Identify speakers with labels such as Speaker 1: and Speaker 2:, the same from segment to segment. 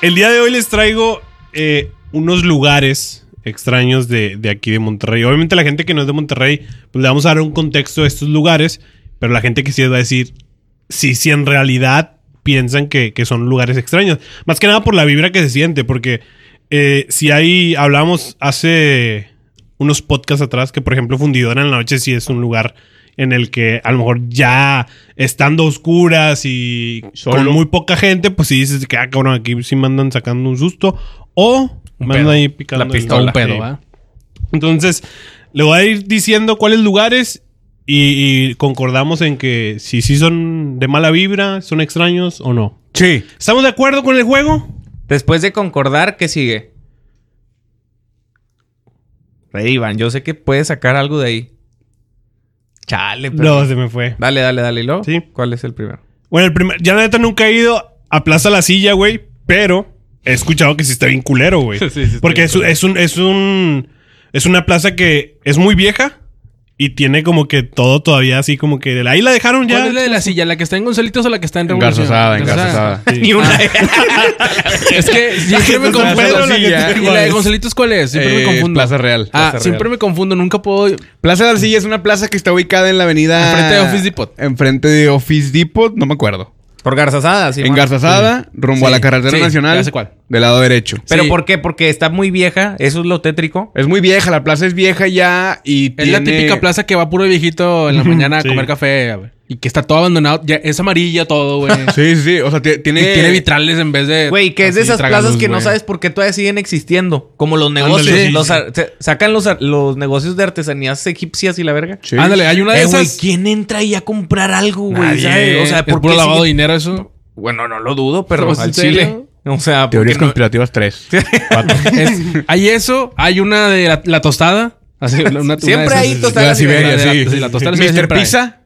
Speaker 1: El día de hoy les traigo eh, unos lugares extraños de, de aquí de Monterrey. Obviamente la gente que no es de Monterrey, pues le vamos a dar un contexto a estos lugares, pero la gente que sí va a decir si, si en realidad piensan que, que son lugares extraños. Más que nada por la vibra que se siente, porque eh, si ahí hablamos hace unos podcasts atrás que, por ejemplo, Fundidora en la noche sí es un lugar en el que a lo mejor ya estando a oscuras y
Speaker 2: Solo.
Speaker 1: con muy poca gente, pues sí dices que, ah, cabrón, aquí sí me andan sacando un susto. O
Speaker 3: Un
Speaker 1: me andan
Speaker 3: pedo.
Speaker 1: ahí picando
Speaker 2: La
Speaker 1: el-
Speaker 2: pistola.
Speaker 3: un pedo,
Speaker 1: Sí.
Speaker 3: ¿va?
Speaker 1: Entonces, le voy a ir diciendo cuáles lugares y, y concordamos en que si sí son de mala vibra, son extraños o no.
Speaker 3: Sí.
Speaker 1: ¿Estamos de acuerdo con el juego?
Speaker 2: Después de concordar, ¿qué sigue? Rey Iván, yo sé que puedes sacar algo de ahí. Chale, pero.
Speaker 1: No, se me fue.
Speaker 2: Dale, dale, dale. ¿y luego?
Speaker 1: Sí.
Speaker 2: ¿Cuál es el primero?
Speaker 1: Bueno, el primer, ya la neta nunca he ido a Plaza La Silla, güey, pero he escuchado que sí está bien culero, güey.
Speaker 3: Sí, sí está
Speaker 1: Porque
Speaker 3: bien
Speaker 1: es, un- es un, es un, es una plaza que es muy vieja y tiene como que todo todavía así como que ahí la dejaron ya.
Speaker 3: ¿Cuál es la de la silla? ¿La que está en Gonzalitos o la que está en Ah. Revolución?
Speaker 4: Engarzosada,
Speaker 3: Engarzosada.
Speaker 4: engarzosada.
Speaker 1: Sí.
Speaker 2: una.
Speaker 3: Es que siempre me
Speaker 1: Engarzosada,
Speaker 3: confundo.
Speaker 1: sí, ya.
Speaker 3: ¿Y la de Gonzalitos cuál es? Siempre me
Speaker 4: Eh,
Speaker 3: confundo.
Speaker 4: Plaza Real.
Speaker 3: Ah,
Speaker 4: Plaza
Speaker 3: siempre
Speaker 4: Real.
Speaker 3: me confundo. Nunca puedo...
Speaker 4: Plaza de Arcilla es una plaza que está ubicada en la avenida.
Speaker 3: Enfrente de Office Depot.
Speaker 4: Enfrente de Office Depot, no me acuerdo.
Speaker 2: Por garzasada, sí.
Speaker 4: en
Speaker 2: man.
Speaker 4: Garzazada, rumbo a la
Speaker 3: Sí,
Speaker 4: carretera
Speaker 3: sí,
Speaker 4: nacional.
Speaker 3: ya sé cuál.
Speaker 4: Del lado derecho.
Speaker 2: ¿Pero
Speaker 3: Sí.
Speaker 2: por qué? Porque está muy vieja. Eso es lo tétrico.
Speaker 4: Es muy vieja, la plaza es vieja ya y
Speaker 3: Es la típica plaza que va puro viejito en la mañana a
Speaker 1: Sí.
Speaker 3: comer café. güey. Y que está todo abandonado. Ya, es amarilla todo, güey.
Speaker 4: Sí, sí, sí. O sea, ti-
Speaker 3: Y
Speaker 4: tiene.
Speaker 3: tiene vitrales en vez de...
Speaker 2: Güey, que es de
Speaker 3: así,
Speaker 2: esas plazas
Speaker 3: tragaluz,
Speaker 2: que no
Speaker 3: güey.
Speaker 2: sabes por qué todavía siguen existiendo. Como los negocios.
Speaker 1: Ándale, sí,
Speaker 2: los
Speaker 1: sí.
Speaker 2: ar- se- sacan los, ar- los negocios de artesanías egipcias y la verga.
Speaker 4: Sí.
Speaker 3: Ándale, hay una de
Speaker 2: Eh, güey,
Speaker 3: esas...
Speaker 2: ¿quién entra ahí a comprar algo, güey?
Speaker 3: Nadie.
Speaker 2: ¿Sabes? O sea,
Speaker 3: es
Speaker 2: ¿por
Speaker 3: puro
Speaker 2: qué
Speaker 3: lavado
Speaker 2: sigue-
Speaker 3: de dinero eso.
Speaker 2: Bueno, no lo dudo, pero
Speaker 3: ¿Pero
Speaker 2: al
Speaker 3: en serio?
Speaker 2: chile. O sea, porque
Speaker 4: Teorías
Speaker 2: no-
Speaker 4: conspirativas 3.
Speaker 3: Es- hay eso, hay una de la, la tostada. Así, una- una de
Speaker 2: Siempre
Speaker 3: esas-
Speaker 2: hay tostada
Speaker 3: de la
Speaker 2: en Siberia,
Speaker 3: de la-
Speaker 4: sí.
Speaker 3: de la tostada en Siberia
Speaker 4: Mr.
Speaker 3: siempre hay.
Speaker 4: Pizza.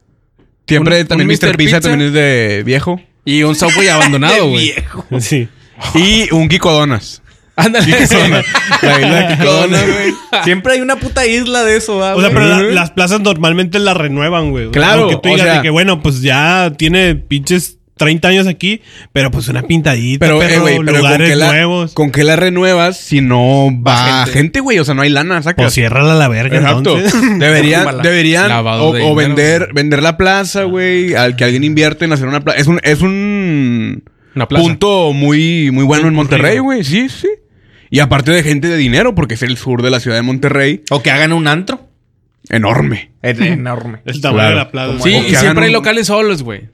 Speaker 4: Siempre
Speaker 3: Un- un
Speaker 4: también Mr.
Speaker 3: Mr.
Speaker 4: Pizza
Speaker 3: Pizza.
Speaker 4: también es de viejo.
Speaker 3: Y un subway abandonado, güey.
Speaker 1: Sí.
Speaker 4: Y un Kiko Donas.
Speaker 3: Ándale.
Speaker 4: La isla de Kiko Donas, güey.
Speaker 2: Siempre hay una puta isla de eso, ¿va,
Speaker 1: O sea,
Speaker 2: güey?
Speaker 1: pero la- las plazas normalmente las renuevan, güey. O sea,
Speaker 4: Claro,
Speaker 1: Aunque tú
Speaker 4: o
Speaker 1: digas de
Speaker 4: sea-
Speaker 1: que, bueno, pues ya tiene pinches 30 años aquí, pero pues una pintadita,
Speaker 4: Pero,
Speaker 1: perro,
Speaker 4: eh, güey, pero con
Speaker 1: lugares
Speaker 4: que la,
Speaker 1: nuevos.
Speaker 4: ¿con qué la renuevas si no va
Speaker 2: gente.
Speaker 4: gente, güey? O sea, no hay lana, sacas.
Speaker 1: Pues ciérrala a la verga,
Speaker 4: Exacto.
Speaker 1: entonces.
Speaker 4: Deberían,
Speaker 2: Tómala.
Speaker 4: deberían
Speaker 3: Lavado
Speaker 4: o,
Speaker 3: de
Speaker 4: o
Speaker 3: dinero,
Speaker 4: vender, vender la plaza, güey, al que alguien invierte en hacer una plaza. Es un, es un
Speaker 3: Una plaza.
Speaker 4: punto muy, muy bueno en Monterrey,
Speaker 1: concurrido.
Speaker 4: güey. Sí, sí. Y aparte de gente de dinero, porque es el sur de la ciudad de Monterrey,
Speaker 2: O que hagan un antro.
Speaker 4: enorme.
Speaker 2: Es enorme.
Speaker 1: El tamaño
Speaker 4: Claro.
Speaker 1: de la plaza.
Speaker 3: Sí,
Speaker 4: O que
Speaker 3: y
Speaker 4: hagan
Speaker 3: siempre hay
Speaker 4: un-
Speaker 3: locales solos, güey.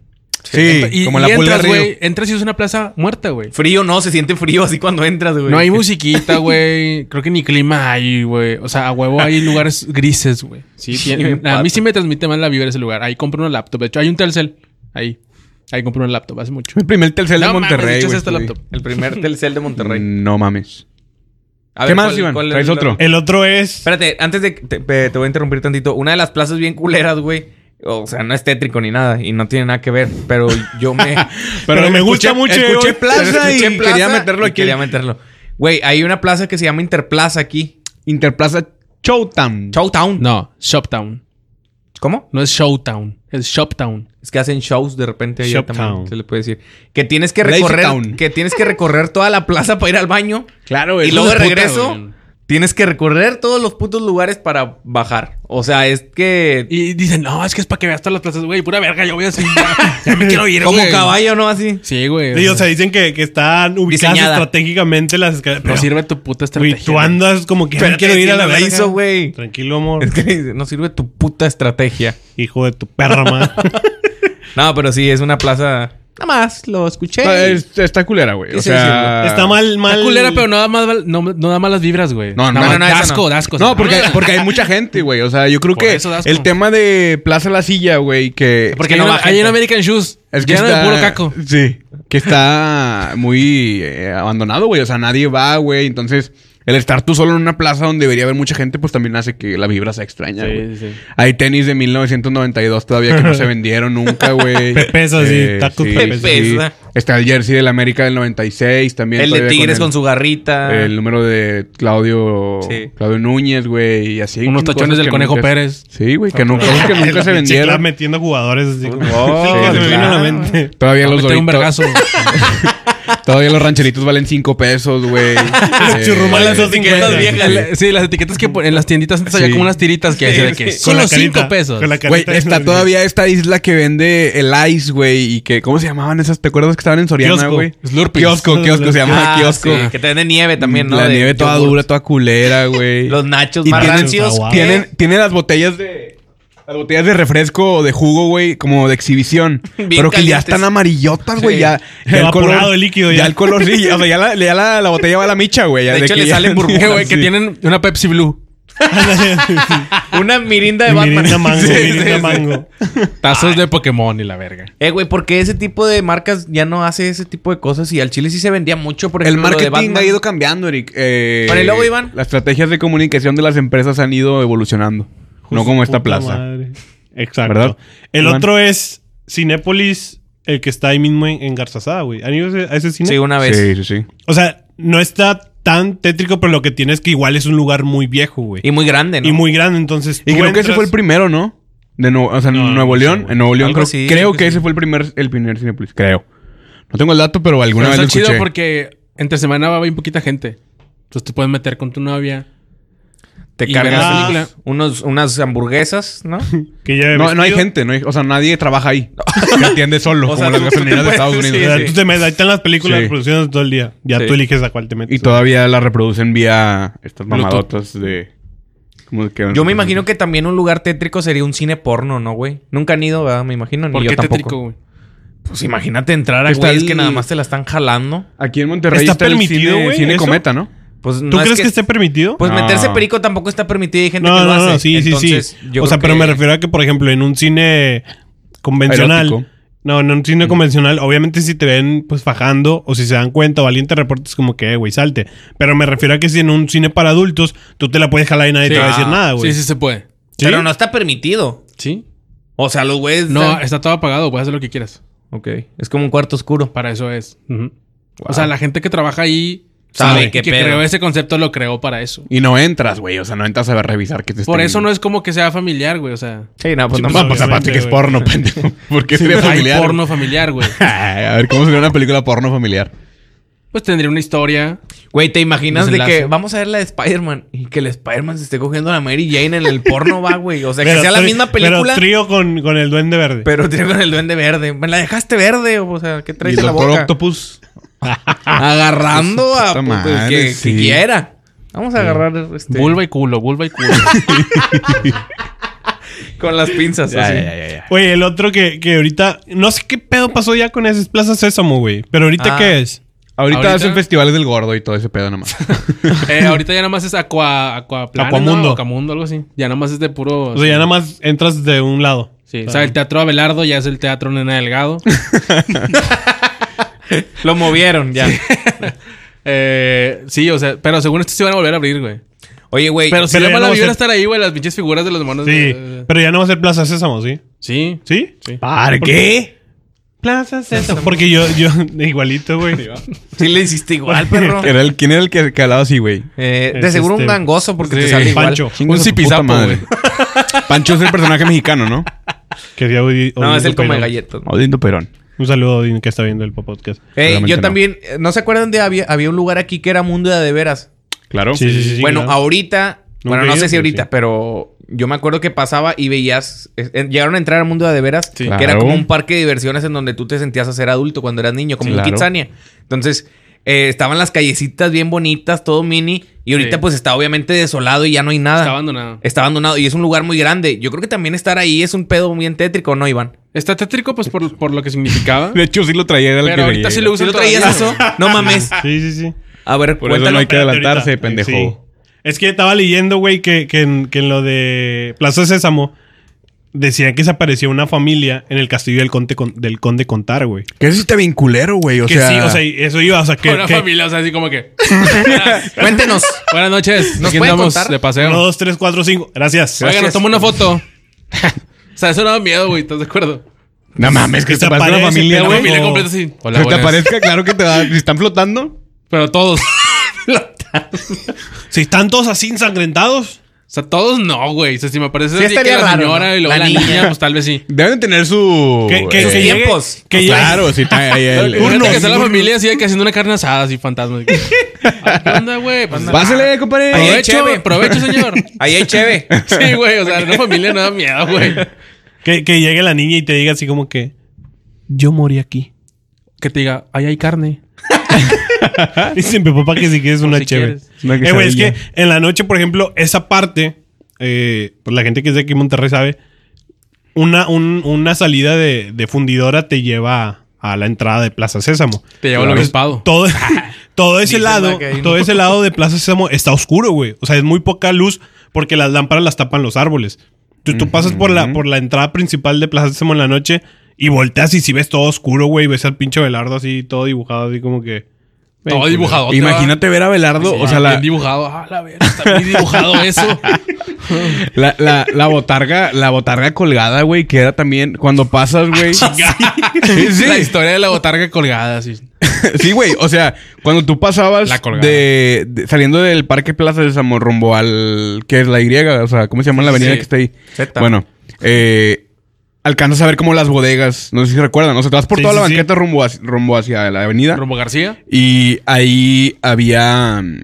Speaker 4: Sí,
Speaker 3: Y,
Speaker 4: como
Speaker 3: y
Speaker 4: la pulga
Speaker 3: entras,
Speaker 4: de Río.
Speaker 3: güey. Entras y es una plaza muerta, güey.
Speaker 2: Frío no, se siente frío así cuando entras, güey.
Speaker 3: No hay musiquita, güey. Creo que ni clima hay, güey. O sea, a huevo hay lugares grises, güey. Sí, tiene-
Speaker 2: me
Speaker 3: a mí
Speaker 2: pasa.
Speaker 3: sí me transmite más la vibra ese lugar. Ahí compré una laptop. De hecho, hay un Telcel. Ahí. Ahí compré una laptop hace mucho.
Speaker 4: El primer Telcel de
Speaker 3: No mames, de
Speaker 4: Monterrey,
Speaker 3: hecho, es
Speaker 4: güey,
Speaker 3: esta
Speaker 4: sí.
Speaker 3: laptop.
Speaker 2: El primer Telcel de Monterrey.
Speaker 4: No mames.
Speaker 2: A
Speaker 4: Mm. ¿Qué más, Iván? ¿Traes
Speaker 2: es la- Eh,
Speaker 4: otro?
Speaker 1: El otro es...
Speaker 2: Espérate, antes de... que- Te, pe- te voy a interrumpir tantito. Una de las plazas bien culeras, güey. O sea, no es tétrico ni nada. Y no tiene nada que ver. Pero yo me...
Speaker 1: Pero me
Speaker 4: escuché-
Speaker 1: gusta mucho,
Speaker 4: Escuché
Speaker 1: güey.
Speaker 4: plaza
Speaker 2: escuché
Speaker 4: y
Speaker 2: plaza
Speaker 4: quería meterlo
Speaker 2: y
Speaker 4: aquí.
Speaker 2: Quería meterlo. Güey, hay una plaza que se llama Interplaza aquí.
Speaker 4: Interplaza Showtime.
Speaker 2: Showtown.
Speaker 3: No, Shoptown.
Speaker 2: ¿Cómo?
Speaker 3: No es Showtown. Es Shoptown.
Speaker 2: Es que hacen shows de repente allá
Speaker 1: Shoptown.
Speaker 2: también, se le puede decir. Que tienes que
Speaker 4: Lazy
Speaker 2: recorrer,
Speaker 4: Town.
Speaker 2: que tienes que recorrer toda la plaza para ir al baño.
Speaker 4: Claro,
Speaker 2: Y
Speaker 4: hijo
Speaker 2: luego de
Speaker 4: puta,
Speaker 2: regreso,
Speaker 4: güey.
Speaker 2: tienes que recorrer todos los putos lugares para bajar. O sea, es que
Speaker 3: Y dicen, no, es que es para que veas todas las plazas, güey. Pura verga, yo voy así. Ya, ya me quiero ir,
Speaker 2: como
Speaker 3: güey.
Speaker 2: caballo, ¿no? Así.
Speaker 3: Sí, güey.
Speaker 1: Sí, o sea, dicen que, que están ubicadas
Speaker 2: Diseñada.
Speaker 1: estratégicamente las escaleras.
Speaker 3: no
Speaker 1: Pero,
Speaker 3: sirve tu puta estrategia.
Speaker 1: güey, tú andas como que no quiero ir a la
Speaker 2: Espérate,
Speaker 1: verga.
Speaker 2: hizo, güey.
Speaker 1: Tranquilo, amor.
Speaker 2: Es que le dice, no sirve tu puta estrategia.
Speaker 1: Hijo de tu perra, madre.
Speaker 2: No, pero sí, es una plaza. Nada más, lo escuché.
Speaker 4: Está, es- está culera, güey.
Speaker 2: Sí,
Speaker 4: O
Speaker 2: sí,
Speaker 4: sea,
Speaker 1: Está mal, mal...
Speaker 3: Está culera, pero no da, más, val- no, no da malas vibras, güey.
Speaker 4: No, no,
Speaker 3: Nada más
Speaker 4: no,
Speaker 2: no, esa
Speaker 3: Dasco,
Speaker 2: no.
Speaker 3: dasco.
Speaker 4: No, porque, porque hay mucha gente, güey. O sea, yo creo
Speaker 3: Por
Speaker 4: que
Speaker 3: eso das
Speaker 4: el
Speaker 3: como-
Speaker 4: tema de Plaza La Silla, güey, que...
Speaker 3: Porque
Speaker 2: Es que
Speaker 3: no
Speaker 2: no
Speaker 3: hay,
Speaker 2: va
Speaker 3: hay en
Speaker 2: gente.
Speaker 3: American Shoes.
Speaker 4: Es que
Speaker 3: lleno
Speaker 4: está...
Speaker 3: de puro caco.
Speaker 4: Sí. Que está muy eh, abandonado, güey. O sea, nadie va, güey. Entonces, El estar tú solo en una plaza donde debería haber mucha gente, pues también hace que la vibra sea extraña, güey.
Speaker 5: Sí, sí, sí.
Speaker 4: Hay tenis de 1992 todavía que no se vendieron nunca, güey.
Speaker 1: Pepes así, tacos Pepes.
Speaker 4: Pepes. sí. Está el jersey del América del 96 también.
Speaker 2: El de
Speaker 4: todavía
Speaker 2: Tigres con,
Speaker 4: el-
Speaker 2: su garrita.
Speaker 4: El número de Claudio
Speaker 2: Sí.
Speaker 4: Claudio Núñez, güey, y así. hay
Speaker 3: Unos
Speaker 4: cosas
Speaker 3: tachones del
Speaker 4: que
Speaker 3: Conejo
Speaker 4: nunca-
Speaker 3: Pérez. Ah,
Speaker 4: Sí, güey, que nunca, que nunca se
Speaker 1: La pinche club
Speaker 4: vendieron.
Speaker 1: metiendo jugadores así como.
Speaker 4: Oh,
Speaker 1: Sí, que se me vino a la
Speaker 4: claro.
Speaker 1: mente.
Speaker 4: Todavía
Speaker 3: Me
Speaker 4: los,
Speaker 3: tengo un
Speaker 4: Doritos-
Speaker 3: vergazo.
Speaker 4: todavía los rancheritos valen 5 pesos, güey. Eh,
Speaker 1: churrumales
Speaker 4: sí,
Speaker 1: esos cincuenta.
Speaker 2: etiquetas viejas.
Speaker 3: La- Sí, las etiquetas que pon- en las tienditas antes había
Speaker 4: Sí.
Speaker 3: como unas tiritas
Speaker 2: Sí,
Speaker 3: que decía de
Speaker 2: sí.
Speaker 3: que
Speaker 1: Con la
Speaker 3: solo cinco
Speaker 1: carita,
Speaker 3: pesos.
Speaker 1: Con la
Speaker 4: Güey,
Speaker 1: carita de
Speaker 4: está
Speaker 1: los-
Speaker 4: todavía esta isla que vende el ice, güey, y que... ¿Cómo se llamaban esas? ¿Te acuerdas que estaban en Soriana,
Speaker 1: Kiosco.
Speaker 4: güey?
Speaker 3: Slurpees.
Speaker 4: Kiosco, kiosco, se llamaba
Speaker 2: Ah,
Speaker 4: kiosco.
Speaker 2: sí, que te venden nieve también, ¿no?
Speaker 4: La
Speaker 2: De
Speaker 4: nieve toda
Speaker 2: yogur.
Speaker 4: dura, toda culera, güey.
Speaker 2: Los nachos
Speaker 4: Y
Speaker 2: más
Speaker 4: tienen-
Speaker 2: rancios.
Speaker 1: Ah,
Speaker 2: que-
Speaker 4: Tienen, tienen las botellas de. Las botellas de refresco o de jugo, güey, como de exhibición.
Speaker 2: Bien
Speaker 4: pero que ya
Speaker 2: calientes.
Speaker 4: están amarillotas, güey.
Speaker 2: Sí.
Speaker 4: Ya, ya
Speaker 1: Evaporado el líquido,
Speaker 4: Ya.
Speaker 1: ya.
Speaker 4: el color, sí. ya- O sea, ya la, ya la, la botella va a la micha, güey. ya
Speaker 2: De hecho,
Speaker 4: que
Speaker 2: le
Speaker 4: ya-
Speaker 2: salen burbujas,
Speaker 3: Que, güey, que
Speaker 4: Sí.
Speaker 3: tienen una Pepsi Blue.
Speaker 2: Una mirinda de Batman.
Speaker 1: Mirinda mango,
Speaker 2: Sí,
Speaker 1: mirinda
Speaker 2: sí, sí.
Speaker 1: mango.
Speaker 4: Ah.
Speaker 3: Tazos de Pokémon y la verga.
Speaker 2: Eh, güey, porque ese tipo de marcas ya no hace ese tipo de cosas y al Chile sí se vendía mucho, por
Speaker 4: El
Speaker 2: ejemplo, lo de
Speaker 4: marketing ha
Speaker 2: Batman.
Speaker 4: ido cambiando, Eric. Eh,
Speaker 2: Con el logo, Iván.
Speaker 4: Las estrategias de comunicación de las empresas han ido evolucionando. no como esta
Speaker 1: Puta
Speaker 4: plaza.
Speaker 1: madre. Exacto.
Speaker 4: ¿Verdad?
Speaker 1: El
Speaker 4: Iván.
Speaker 1: otro es Cinépolis, el que está ahí mismo en, en Garzazada, güey. ¿Han ido a ese- a ese cine?
Speaker 2: Sí, una vez.
Speaker 4: Sí, sí, sí.
Speaker 1: O sea, no está tan tétrico, pero lo que tiene es que igual es un lugar muy viejo, güey.
Speaker 2: Y muy grande, ¿no?
Speaker 1: Y muy grande, entonces.
Speaker 4: Y
Speaker 1: tú
Speaker 4: creo que ese
Speaker 1: entras-
Speaker 4: fue el primero, ¿no? De Nuevo- o sea, en
Speaker 1: No, no
Speaker 4: Nuevo
Speaker 1: sé,
Speaker 4: León.
Speaker 1: güey.
Speaker 4: en Nuevo León
Speaker 2: Algo
Speaker 4: creo,
Speaker 2: así,
Speaker 4: creo
Speaker 2: creo
Speaker 4: que,
Speaker 2: que
Speaker 4: ese fue el primer, el primer Cinepolis. Creo. No tengo el dato, pero alguna
Speaker 3: Pero
Speaker 4: vez lo
Speaker 3: está
Speaker 4: escuché.
Speaker 3: chido porque entre semana va bien poquita gente. Entonces te puedes meter con tu novia.
Speaker 2: Te
Speaker 3: Y
Speaker 2: cargas
Speaker 1: ver la
Speaker 2: unos- unos, unas hamburguesas, ¿no?
Speaker 1: que ya
Speaker 4: No, no hay
Speaker 1: vestido.
Speaker 4: gente, no hay- o sea, nadie trabaja ahí. Se atiende solo,
Speaker 2: O
Speaker 4: como
Speaker 2: sea,
Speaker 4: las
Speaker 2: tú- tú te
Speaker 4: gasolineras de
Speaker 2: puedes-
Speaker 4: Estados Unidos.
Speaker 1: O sea,
Speaker 2: Sí.
Speaker 1: tú te metes, ahí están las películas,
Speaker 4: Sí.
Speaker 1: las producciones todo el día. Ya
Speaker 2: Sí.
Speaker 1: tú eliges a cuál te metes.
Speaker 4: Y todavía la reproducen vía estas
Speaker 3: Bluetooth.
Speaker 4: mamadotas de. ¿cómo se quedan?
Speaker 2: Yo me imagino que también un lugar tétrico sería un cine porno, ¿no, güey? Nunca han ido, ¿verdad? Me imagino, ni
Speaker 3: ¿Por
Speaker 2: yo
Speaker 3: qué
Speaker 2: tampoco.
Speaker 3: tétrico, güey?
Speaker 2: Pues imagínate entrar a
Speaker 4: Está
Speaker 2: güeyes
Speaker 4: el-
Speaker 2: que nada más te la están jalando.
Speaker 4: Aquí en Monterrey está,
Speaker 1: ¿Está
Speaker 4: el
Speaker 1: permitido,
Speaker 4: cine,
Speaker 1: güey,
Speaker 4: cine
Speaker 1: eso?
Speaker 4: cometa, ¿no?
Speaker 2: Pues no
Speaker 1: ¿Tú
Speaker 2: es
Speaker 1: crees que, este esté permitido?
Speaker 2: Pues
Speaker 4: No.
Speaker 2: meterse perico tampoco está permitido. Hay gente
Speaker 1: no,
Speaker 2: que lo
Speaker 1: no,
Speaker 2: hace.
Speaker 1: no, sí,
Speaker 2: Entonces,
Speaker 1: sí, sí.
Speaker 2: yo
Speaker 1: O sea,
Speaker 2: creo
Speaker 1: pero me
Speaker 2: que-
Speaker 1: refiero a que, por ejemplo, en un cine convencional.
Speaker 4: Erótico.
Speaker 1: No, en un cine convencional, obviamente si te ven pues fajando o si se dan cuenta o alguien te reporta es como que, eh, güey, salte. Pero me refiero a que si en un cine para adultos tú te la puedes jalar y nadie te va a decir nada, güey.
Speaker 3: Sí, sí se puede.
Speaker 1: ¿Sí?
Speaker 2: Pero no está permitido.
Speaker 3: ¿Sí?
Speaker 2: O sea, los güeyes.
Speaker 3: No,
Speaker 2: están-
Speaker 3: está todo apagado. Puedes hacer lo que quieras.
Speaker 2: Ok. Es como un cuarto oscuro.
Speaker 3: Para eso es. O sea, la gente que trabaja ahí
Speaker 2: Sabe
Speaker 3: sabe
Speaker 2: qué
Speaker 3: que, que
Speaker 2: pedo.
Speaker 3: creó ese concepto lo creó para eso.
Speaker 4: Y no entras, güey. O sea, no entras a ver, revisar que te
Speaker 3: Por eso no es como que sea familiar, güey. O sea,
Speaker 2: Sí, no, pues no
Speaker 1: Sí, pues,
Speaker 4: No,
Speaker 2: mames.
Speaker 4: pues aparte que es porno, pendejo. ¿Por qué sería
Speaker 3: hay
Speaker 4: familiar?
Speaker 3: porno familiar, güey.
Speaker 4: a ver, ¿cómo sería una película porno familiar?
Speaker 3: Pues tendría una historia.
Speaker 2: Güey, ¿te imaginas de
Speaker 3: Desenlace.
Speaker 2: que vamos a ver la de Spider-Man y que el Spider-Man se esté cogiendo a la Mary Jane en el porno, va, güey? O sea, que
Speaker 1: Pero
Speaker 2: sea la
Speaker 1: tri-
Speaker 2: misma
Speaker 1: Pero
Speaker 2: película, pero,
Speaker 1: trío con, con el Duende Verde.
Speaker 2: tiene con el duende verde. Me la dejaste verde, o sea, ¿qué
Speaker 4: Y
Speaker 2: traes en la
Speaker 4: Doctor
Speaker 2: boca? Ah,
Speaker 4: Octopus.
Speaker 2: Agarrando a
Speaker 4: Puta
Speaker 2: pues,
Speaker 4: madre,
Speaker 2: que, que
Speaker 4: sí.
Speaker 2: quiera. Vamos a agarrar este,
Speaker 3: Vulva y culo, vulva y culo.
Speaker 2: con las pinzas. así.
Speaker 1: Oye, el otro que, que ahorita, no sé qué pedo pasó ya con esas plazas Sésamo, güey. Pero ahorita
Speaker 2: Ah.
Speaker 1: qué es?
Speaker 4: Ahorita,
Speaker 3: Ahorita-
Speaker 4: hacen festivales del gordo y todo ese pedo nada más.
Speaker 3: Eh, ahorita ya nada más es aqua, aquaplana,
Speaker 1: Aquamundo.
Speaker 3: ¿no? Aquamundo, algo así. Ya nada más es de puro...
Speaker 1: O sea, ya nada más entras de un lado.
Speaker 3: Sí, o sea, el teatro Abelardo ya es el teatro Nena Delgado.
Speaker 2: Lo movieron ya.
Speaker 3: Eh, sí, o sea, pero según esto se van a volver a abrir, güey.
Speaker 2: Oye, güey.
Speaker 3: Pero si
Speaker 1: pero
Speaker 3: la
Speaker 1: ya
Speaker 3: mala
Speaker 1: no va a
Speaker 3: vibra
Speaker 1: ser-
Speaker 3: estar ahí, güey, las pinches figuras de los monos.
Speaker 1: Sí,
Speaker 2: Eh,
Speaker 3: de-
Speaker 1: pero ya no va a ser Plaza Sésamo, ¿sí?
Speaker 3: sí.
Speaker 1: ¿Sí?
Speaker 3: Sí.
Speaker 4: ¿Para qué?
Speaker 1: Plaza Sésamo. Porque yo, yo, igualito, güey.
Speaker 2: Sí le hiciste igual, perro.
Speaker 4: Era el- ¿Quién era el que calaba así, güey?
Speaker 2: Eh, de
Speaker 1: Es
Speaker 2: seguro un
Speaker 1: este-
Speaker 2: gangoso porque te
Speaker 1: Sí,
Speaker 2: sale igual.
Speaker 1: Pancho.
Speaker 4: Chinga
Speaker 3: Un
Speaker 4: su puta
Speaker 3: zipizapo,
Speaker 4: madre. Pancho es el personaje mexicano, ¿no?
Speaker 1: Que sea Odi-
Speaker 2: No, es
Speaker 1: Odín
Speaker 2: el come
Speaker 1: Perón.
Speaker 2: galletas.
Speaker 4: Odindo Oh, Perón.
Speaker 1: Un saludo a Odín que está viendo el podcast.
Speaker 2: Ey,
Speaker 4: Seguramente
Speaker 2: yo
Speaker 4: no.
Speaker 2: también, eh, ¿no se acuerdan de había, había un lugar aquí que era Mundo de Veras?
Speaker 4: Claro.
Speaker 1: Sí, sí, sí.
Speaker 2: bueno,
Speaker 1: claro.
Speaker 2: ahorita,
Speaker 1: Nunca
Speaker 2: bueno,
Speaker 1: he
Speaker 2: no
Speaker 1: ido,
Speaker 2: sé si
Speaker 1: pero
Speaker 2: ahorita,
Speaker 1: sí.
Speaker 2: pero yo me acuerdo que pasaba y veías, eh, eh, llegaron a entrar al Mundo de Veras, que era
Speaker 4: Claro.
Speaker 2: como un parque de diversiones en donde tú te sentías a ser adulto cuando eras niño, como
Speaker 4: Sí,
Speaker 2: un
Speaker 4: claro.
Speaker 2: Kitsania. Entonces, eh, estaban las callecitas bien bonitas, todo mini, y ahorita
Speaker 3: Sí.
Speaker 2: pues está obviamente desolado y ya no hay nada.
Speaker 3: Está abandonado.
Speaker 2: Está abandonado y es un lugar muy grande. Yo creo que también estar ahí es un pedo bien tétrico, ¿no, Iván?
Speaker 3: Está tétrico, pues, por, por lo que significaba.
Speaker 4: De hecho, sí lo traía. Era el
Speaker 3: Pero
Speaker 4: que
Speaker 3: ahorita
Speaker 4: veía.
Speaker 3: sí lo
Speaker 2: Si
Speaker 3: usan
Speaker 2: lo traías
Speaker 3: todavía,
Speaker 2: eso,
Speaker 3: güey.
Speaker 2: no mames.
Speaker 1: Sí, sí, sí.
Speaker 2: A ver,
Speaker 4: Por eso
Speaker 2: cuéntalo.
Speaker 4: no hay que
Speaker 1: espérate,
Speaker 4: adelantarse,
Speaker 1: ahorita.
Speaker 4: pendejo.
Speaker 1: Sí. Es que estaba leyendo, güey, que, que en, que en lo de Plaza Sésamo decían que se aparecía una familia en el castillo del conde, Con- del conde Contar, güey.
Speaker 4: Que eso está bien culero, güey. O
Speaker 1: que
Speaker 4: sea,
Speaker 1: sí, o sea, eso iba, o sea, que,
Speaker 3: una
Speaker 1: que
Speaker 3: familia, o sea, así como que.
Speaker 2: Cuéntenos.
Speaker 3: Buenas noches.
Speaker 2: ¿Nos
Speaker 3: Aquí
Speaker 2: pueden
Speaker 3: andamos
Speaker 2: contar?
Speaker 3: de paseo.
Speaker 1: uno, dos, tres, cuatro, cinco. Gracias.
Speaker 3: Oiga,
Speaker 2: Gracias.
Speaker 3: nos tomó una foto. o sea, eso daba miedo, güey. ¿Estás de acuerdo?
Speaker 4: no mames, que
Speaker 1: Que
Speaker 4: te
Speaker 1: se
Speaker 4: parezca una
Speaker 1: aparece,
Speaker 4: familia,
Speaker 1: pero-
Speaker 3: La
Speaker 4: güey.
Speaker 3: familia
Speaker 1: o-
Speaker 3: completa así. Hola,
Speaker 4: Que te
Speaker 3: buenas.
Speaker 4: aparezca, claro que te va. Si están flotando.
Speaker 3: Pero todos.
Speaker 1: Si están todos así ensangrentados,
Speaker 3: O sea, todos no, güey. O sea, si me parece
Speaker 2: Sí
Speaker 3: así que
Speaker 2: estaría
Speaker 3: la
Speaker 2: raro,
Speaker 3: señora
Speaker 2: ¿no?
Speaker 3: y luego
Speaker 2: La
Speaker 3: la,
Speaker 2: niña.
Speaker 3: niña. pues tal vez sí.
Speaker 4: Deben tener su.
Speaker 1: que, que,
Speaker 4: eh,
Speaker 1: que llegue-
Speaker 2: tiempos.
Speaker 1: que llegue-
Speaker 4: Claro, sí, está ahí el.
Speaker 1: Uno,
Speaker 3: Uno, que está la
Speaker 1: uno.
Speaker 3: familia así de que haciendo una carne asada así fantasma. de que, "Ah, ¿Qué onda, güey? Pues,
Speaker 4: Pásale, compadre.
Speaker 2: Ahí hay
Speaker 3: Provecho,
Speaker 2: cheve.
Speaker 3: provecho, señor.
Speaker 2: Ahí hay cheve.
Speaker 3: Sí, güey. O sea, una familia no da miedo, güey.
Speaker 1: que- que llegue la niña y te diga así como que yo morí aquí.
Speaker 3: Que te diga, ahí hay carne.
Speaker 1: Dice mi papá que si quieres una
Speaker 3: si
Speaker 1: chévere.
Speaker 3: quieres.
Speaker 4: Una
Speaker 1: Eh, güey, es
Speaker 4: quesadilla.
Speaker 1: que en la noche, por ejemplo, esa parte, eh, pues la gente que es de aquí en Monterrey sabe, una, un- una salida de, de fundidora te lleva a, a la entrada de Plaza Sésamo.
Speaker 3: Te lleva el
Speaker 1: Entonces,
Speaker 3: obispado.
Speaker 1: Todo, todo ese
Speaker 2: Dicen,
Speaker 1: lado,
Speaker 2: va, que ahí no.
Speaker 1: todo ese lado de Plaza Sésamo está oscuro, güey. O sea, es muy poca luz porque las lámparas las tapan los árboles. Tú, tú pasas por la, por la entrada principal de Plaza Sésamo en la noche y volteas y si ves todo oscuro, güey, ves al pinche Belardo así, todo dibujado, así como que... Ven,
Speaker 3: Todo
Speaker 1: culero.
Speaker 3: dibujado.
Speaker 4: Imagínate ver a Belardo, o sea, la,
Speaker 3: Bien dibujado. Ah, la verga. Está bien dibujado eso.
Speaker 4: la, la, la botarga, la botarga colgada, güey, que era también cuando pasas, güey. sí,
Speaker 3: Ah, La
Speaker 4: sí,
Speaker 3: historia de la botarga colgada, así.
Speaker 4: sí, güey. O sea, cuando tú pasabas
Speaker 3: La colgada.
Speaker 4: de, de- saliendo del Parque Plaza de Zamor rumbo al que es la Y, o sea, ¿cómo se llama la avenida
Speaker 3: Sí.
Speaker 4: que está ahí?
Speaker 2: Zeta.
Speaker 4: Bueno, eh, alcanzas a ver como las bodegas, no sé si recuerdan, o sea, te vas por
Speaker 1: Sí,
Speaker 4: toda
Speaker 1: sí,
Speaker 4: la
Speaker 1: sí.
Speaker 4: banqueta rumbo, hacia, rumbo hacia la avenida.
Speaker 3: Romo García.
Speaker 4: Y ahí había mm,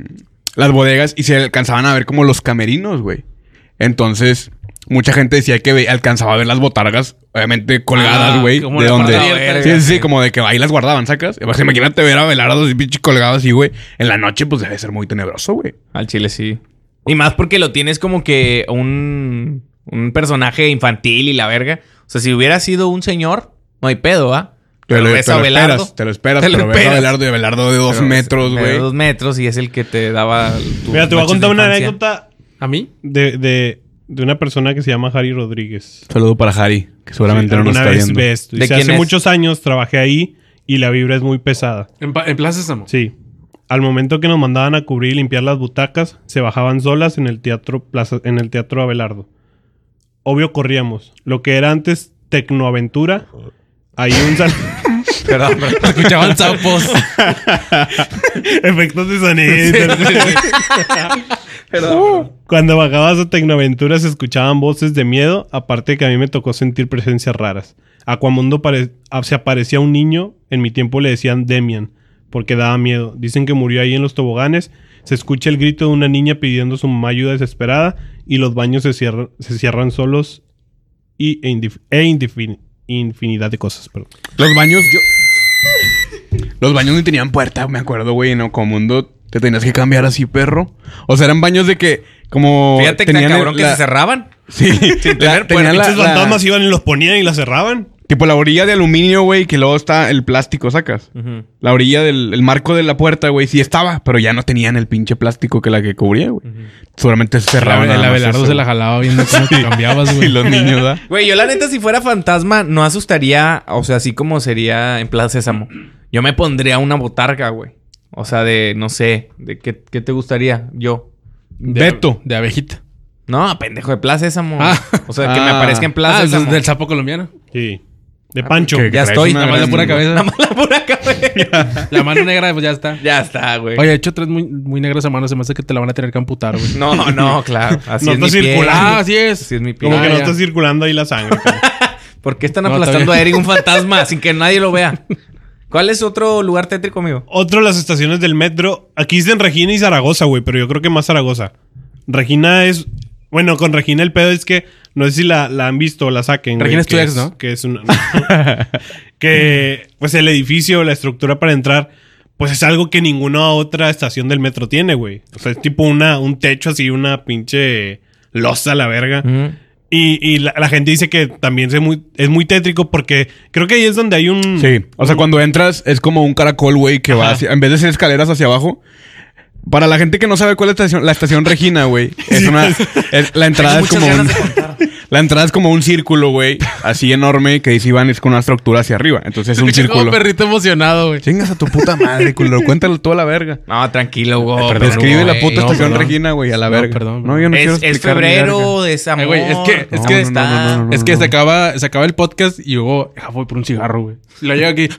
Speaker 4: las bodegas y se alcanzaban a ver como los camerinos, güey. Entonces, mucha gente decía que ve- alcanzaba a ver las botargas, obviamente colgadas,
Speaker 3: Ah,
Speaker 4: güey.
Speaker 3: como
Speaker 4: de
Speaker 3: la
Speaker 4: donde.
Speaker 3: parte abierta,
Speaker 4: Sí, sí, sí,
Speaker 3: güey.
Speaker 4: como de que ahí las guardaban, sacas. O sea, imagínate ver a Velardo así pinche colgado así, güey. En la noche, pues debe ser muy tenebroso, güey.
Speaker 2: Al chile sí. Y más porque lo tienes como que un, un personaje infantil y la verga. O sea, si hubiera sido un señor, no hay pedo, ¿ah?
Speaker 4: Te lo,
Speaker 2: ves
Speaker 4: te
Speaker 2: a
Speaker 4: lo
Speaker 2: Abelardo.
Speaker 4: esperas, te lo esperas,
Speaker 2: Te lo
Speaker 4: pero ves a
Speaker 2: esperas.
Speaker 4: Abelardo y Abelardo de dos
Speaker 2: Pero,
Speaker 4: metros,
Speaker 2: de
Speaker 4: güey.
Speaker 2: Dos metros y es el que te daba. tu
Speaker 1: Mira, te voy a
Speaker 2: noches
Speaker 1: contar
Speaker 2: de
Speaker 1: una
Speaker 2: infancia.
Speaker 1: anécdota
Speaker 3: ¿A mí?
Speaker 1: de, de, de una persona que se llama Harry Rodríguez.
Speaker 4: Saludo para Harry, que seguramente no nos
Speaker 1: Alguna
Speaker 4: está
Speaker 1: vez
Speaker 4: viendo.
Speaker 1: ve esto.
Speaker 2: ¿De
Speaker 1: Dice,
Speaker 2: quién
Speaker 1: hace
Speaker 2: es?
Speaker 1: muchos años trabajé ahí y la vibra es muy pesada.
Speaker 3: En, pa- en Plaza Sésamo.
Speaker 1: Sí. Al momento que nos mandaban a cubrir y limpiar las butacas, se bajaban solas en el teatro Plaza, en el teatro Abelardo. Obvio corríamos. Lo que era antes Tecnoaventura, ahí un sal-
Speaker 2: Perdón, perdón.
Speaker 3: Escuchaban sapos.
Speaker 1: efectos de sonido.
Speaker 4: Uh.
Speaker 1: Cuando bajabas a Tecnoaventura se escuchaban voces de miedo, aparte que a mí me tocó sentir presencias raras. Aquamundo pare- a- se aparecía un niño, en mi tiempo le decían Demian, porque daba miedo. Dicen que murió ahí en los toboganes, se escucha el grito de una niña pidiendo su mamá ayuda desesperada y los baños se cierran, se cierran solos y, e, indif- e indifin- infinidad de cosas. perdón.
Speaker 4: Los baños, yo. Los baños ni tenían puerta, me acuerdo, güey. En Ocomundo te tenías que cambiar así, perro. O sea, eran baños de que, como.
Speaker 2: Fíjate que
Speaker 4: tenían
Speaker 2: cabrón que
Speaker 4: la-
Speaker 2: se cerraban.
Speaker 4: Sí, la, tenían la,
Speaker 1: Pinches
Speaker 4: la-
Speaker 1: fantasmas iban y los ponían y la cerraban.
Speaker 4: Tipo la orilla de aluminio, güey, que luego está el plástico, sacas. La orilla del el marco de la puerta, güey, sí estaba, pero ya no tenían el pinche plástico que la que cubría, güey. Seguramente se cerraban.
Speaker 3: El
Speaker 4: nada más
Speaker 3: Abelardo
Speaker 4: eso,
Speaker 3: se la jalaba viendo cómo te cambiabas, güey.
Speaker 4: güey. Y los niños, ¿verdad?
Speaker 2: Güey, yo la neta, si fuera fantasma, no asustaría, o sea, así como sería en Plaza Sésamo. Yo me pondría una botarga, güey. O sea, de, no sé, de qué, qué te gustaría yo.
Speaker 3: De-
Speaker 4: Beto.
Speaker 3: De abejita.
Speaker 2: No, pendejo, de Plaza Sésamo.
Speaker 3: Ah.
Speaker 2: O sea, que me
Speaker 4: Ah.
Speaker 2: aparezca en Plaza
Speaker 3: Ah, es
Speaker 2: Sésamo.
Speaker 3: del sapo colombiano.
Speaker 1: Sí. De Pancho.
Speaker 4: que-
Speaker 2: Ya
Speaker 4: Traes
Speaker 2: estoy.
Speaker 4: una
Speaker 2: Nada más la
Speaker 4: gran-
Speaker 2: pura cabeza.
Speaker 3: cabeza.
Speaker 2: Nada más la pura cabeza.
Speaker 3: La mano negra, pues ya está.
Speaker 2: ya está, güey.
Speaker 3: Oye, de hecho, tres muy, muy negras a mano. Se me hace que te la van a tener que amputar, güey.
Speaker 2: No, no, claro. Así
Speaker 1: No
Speaker 2: es
Speaker 1: está
Speaker 2: mi pie.
Speaker 1: circulando.
Speaker 3: Ah, así es.
Speaker 2: Así es mi pie.
Speaker 1: Como que
Speaker 3: Ah,
Speaker 1: no
Speaker 3: ya.
Speaker 1: está circulando ahí la sangre. cabrón.
Speaker 2: ¿Por qué están
Speaker 3: No, está
Speaker 2: aplastando a
Speaker 3: bien.
Speaker 2: Eric un fantasma sin que nadie lo vea? ¿Cuál es otro lugar tétrico, amigo?
Speaker 1: Otro de las estaciones del metro. Aquí dicen Regina y Zaragoza, güey, pero yo creo que más Zaragoza. Regina es. Bueno, con Regina el pedo es que. No sé si la, la han visto o la saquen. güey,
Speaker 3: Regina es
Speaker 1: que
Speaker 3: tu ex, ¿no?
Speaker 1: Que es una. que. Pues el edificio, la estructura para entrar. Pues es algo que ninguna otra estación del metro tiene, güey. O sea, es tipo una, un techo así, una pinche losa a la verga. Y, y la, la gente dice que también se muy, es muy tétrico porque creo que ahí es donde hay un.
Speaker 4: Sí. O sea, cuando entras es como un caracol, güey, que va
Speaker 1: Ajá.
Speaker 4: hacia, en vez de ser escaleras hacia abajo. Para la gente que no sabe cuál es la estación, la estación Regina, güey, es una es- la entrada es
Speaker 2: muchas
Speaker 4: como un,
Speaker 2: ganas de contar.
Speaker 4: La entrada es como un círculo, güey. Así enorme que dice Iván es con una estructura hacia arriba. Entonces es un
Speaker 3: Como
Speaker 4: círculo.
Speaker 3: perrito emocionado, güey.
Speaker 4: Chingas a tu puta madre, culo. Cuéntalo toda la verga.
Speaker 2: No, tranquilo, güey.
Speaker 4: Pero escribe la
Speaker 2: güey.
Speaker 4: puta
Speaker 2: No,
Speaker 4: estación
Speaker 2: perdón.
Speaker 4: Regina, güey, a la
Speaker 3: No,
Speaker 4: verga.
Speaker 3: perdón,
Speaker 4: No, yo no quiero
Speaker 2: es, es
Speaker 4: explicar mi verga.
Speaker 2: febrero, desamor.
Speaker 3: Ay, güey, es que- es
Speaker 2: No,
Speaker 3: que
Speaker 2: no,
Speaker 3: está-
Speaker 2: no, no, no, no.
Speaker 3: Es que se acaba, se acaba el podcast y luego ah, voy por un cigarro, güey. Y Lo llevo aquí.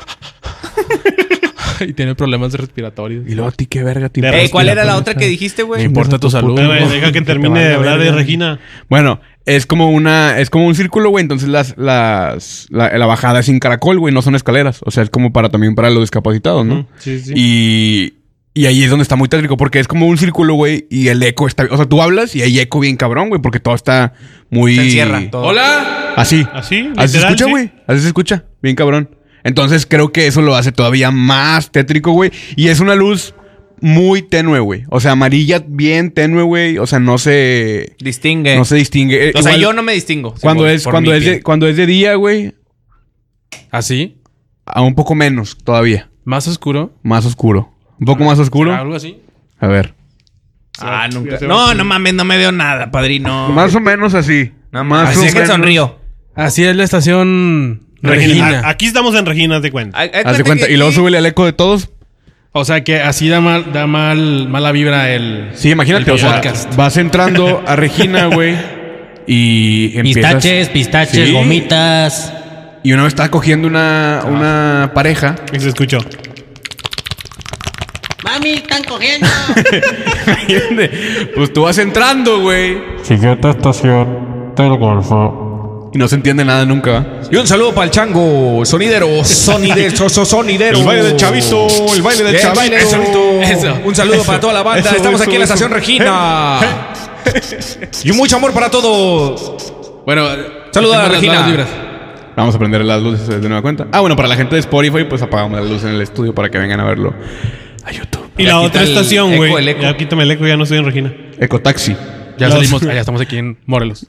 Speaker 3: y tiene problemas respiratorios.
Speaker 4: Y luego a ti qué verga te
Speaker 1: De
Speaker 4: importa.
Speaker 2: Ey, ¿cuál era la otra que dijiste,
Speaker 3: No
Speaker 2: güey?
Speaker 3: importa tu salud.
Speaker 1: Pero, güey,
Speaker 3: güey.
Speaker 1: deja que termine
Speaker 4: valga
Speaker 1: de hablar de
Speaker 4: verga.
Speaker 1: Regina.
Speaker 4: Bueno, es como una, es como un círculo, güey. Entonces las, las, la, la bajada es sin caracol, güey. No son escaleras. O sea, es como para también para los discapacitados, ¿no?
Speaker 1: Sí, sí.
Speaker 4: Y, y ahí es donde está muy tétrico, porque es como un círculo, güey, y el eco está. O sea, tú hablas y hay eco bien cabrón, güey, porque todo está muy.
Speaker 2: Se encierra todo.
Speaker 3: Hola.
Speaker 4: Así.
Speaker 1: Así,
Speaker 4: Así se
Speaker 1: literal,
Speaker 4: escucha,
Speaker 1: sí.
Speaker 4: güey. Así se escucha. Bien cabrón. Entonces creo que eso lo hace todavía más tétrico, güey. Y es una luz muy tenue, güey. O sea, amarilla bien tenue, güey. O sea, no se.
Speaker 2: Distingue.
Speaker 4: No se distingue. Eh,
Speaker 2: o sea,
Speaker 4: igual,
Speaker 2: yo no me distingo.
Speaker 4: Cuando
Speaker 2: por-
Speaker 4: es,
Speaker 2: por
Speaker 4: cuando
Speaker 2: mi
Speaker 4: es
Speaker 2: piel.
Speaker 4: de, cuando es de día, güey.
Speaker 3: Así.
Speaker 4: A un poco menos todavía.
Speaker 3: Más oscuro.
Speaker 4: Más oscuro. Un poco más oscuro.
Speaker 3: Algo así.
Speaker 4: A ver.
Speaker 2: Ah, nunca. No, no mames, no me veo nada, padrino.
Speaker 4: Más o menos así.
Speaker 2: No
Speaker 4: Más
Speaker 2: mames. Así
Speaker 4: o
Speaker 2: es que
Speaker 4: menos.
Speaker 2: sonrío.
Speaker 3: Así es la estación
Speaker 1: Regina. Ah,
Speaker 3: Regina.
Speaker 1: A- Aquí estamos en Regina, haz de cuenta.
Speaker 2: Haz- haz
Speaker 4: Haz de cuenta.
Speaker 2: que
Speaker 4: Y luego
Speaker 2: aquí-
Speaker 4: súbele al eco de todos.
Speaker 3: O sea que así da mal, da mal, mala vibra el.
Speaker 4: Sí, imagínate.
Speaker 3: El
Speaker 4: O sea,
Speaker 3: podcast.
Speaker 4: vas entrando a Regina, güey. Y empiezas.
Speaker 5: Pistaches, pistaches,
Speaker 4: Sí.
Speaker 5: gomitas.
Speaker 4: Y una vez estaba cogiendo una, una pareja.
Speaker 1: Y se escuchó.
Speaker 5: Mami, están cogiendo.
Speaker 4: pues tú vas entrando, güey.
Speaker 6: Siguiente estación del Golfo.
Speaker 4: Y no se entiende nada nunca, ¿va?
Speaker 7: Y un saludo para el chango, sonidero, sonidero, so- so- sonidero.
Speaker 4: El
Speaker 1: Oh.
Speaker 4: baile del chavito, el baile del
Speaker 7: El
Speaker 4: chavito.
Speaker 7: baile del
Speaker 4: Eso.
Speaker 7: chavito.
Speaker 3: Eso.
Speaker 7: Un saludo para toda la banda.
Speaker 4: Eso,
Speaker 7: Estamos
Speaker 4: eso,
Speaker 7: aquí en la
Speaker 4: eso.
Speaker 7: estación Regina. y mucho amor para todos.
Speaker 3: Bueno,
Speaker 7: Saluda a
Speaker 3: las
Speaker 7: Regina.
Speaker 3: malas vibras.
Speaker 4: Vamos a prender las luces de nueva cuenta. Ah, bueno, para la gente de Spotify, pues apagamos las luces en el estudio para que vengan a verlo. A YouTube.
Speaker 1: Y
Speaker 2: Ya
Speaker 1: la
Speaker 2: quita
Speaker 1: otra
Speaker 2: el
Speaker 1: estación,
Speaker 2: eco,
Speaker 1: güey.
Speaker 2: el eco.
Speaker 1: Ya quítame el eco, ya no estoy en Regina.
Speaker 4: Ecotaxi.
Speaker 3: Ya
Speaker 1: Los-
Speaker 3: salimos, ah, ya estamos aquí en Morelos.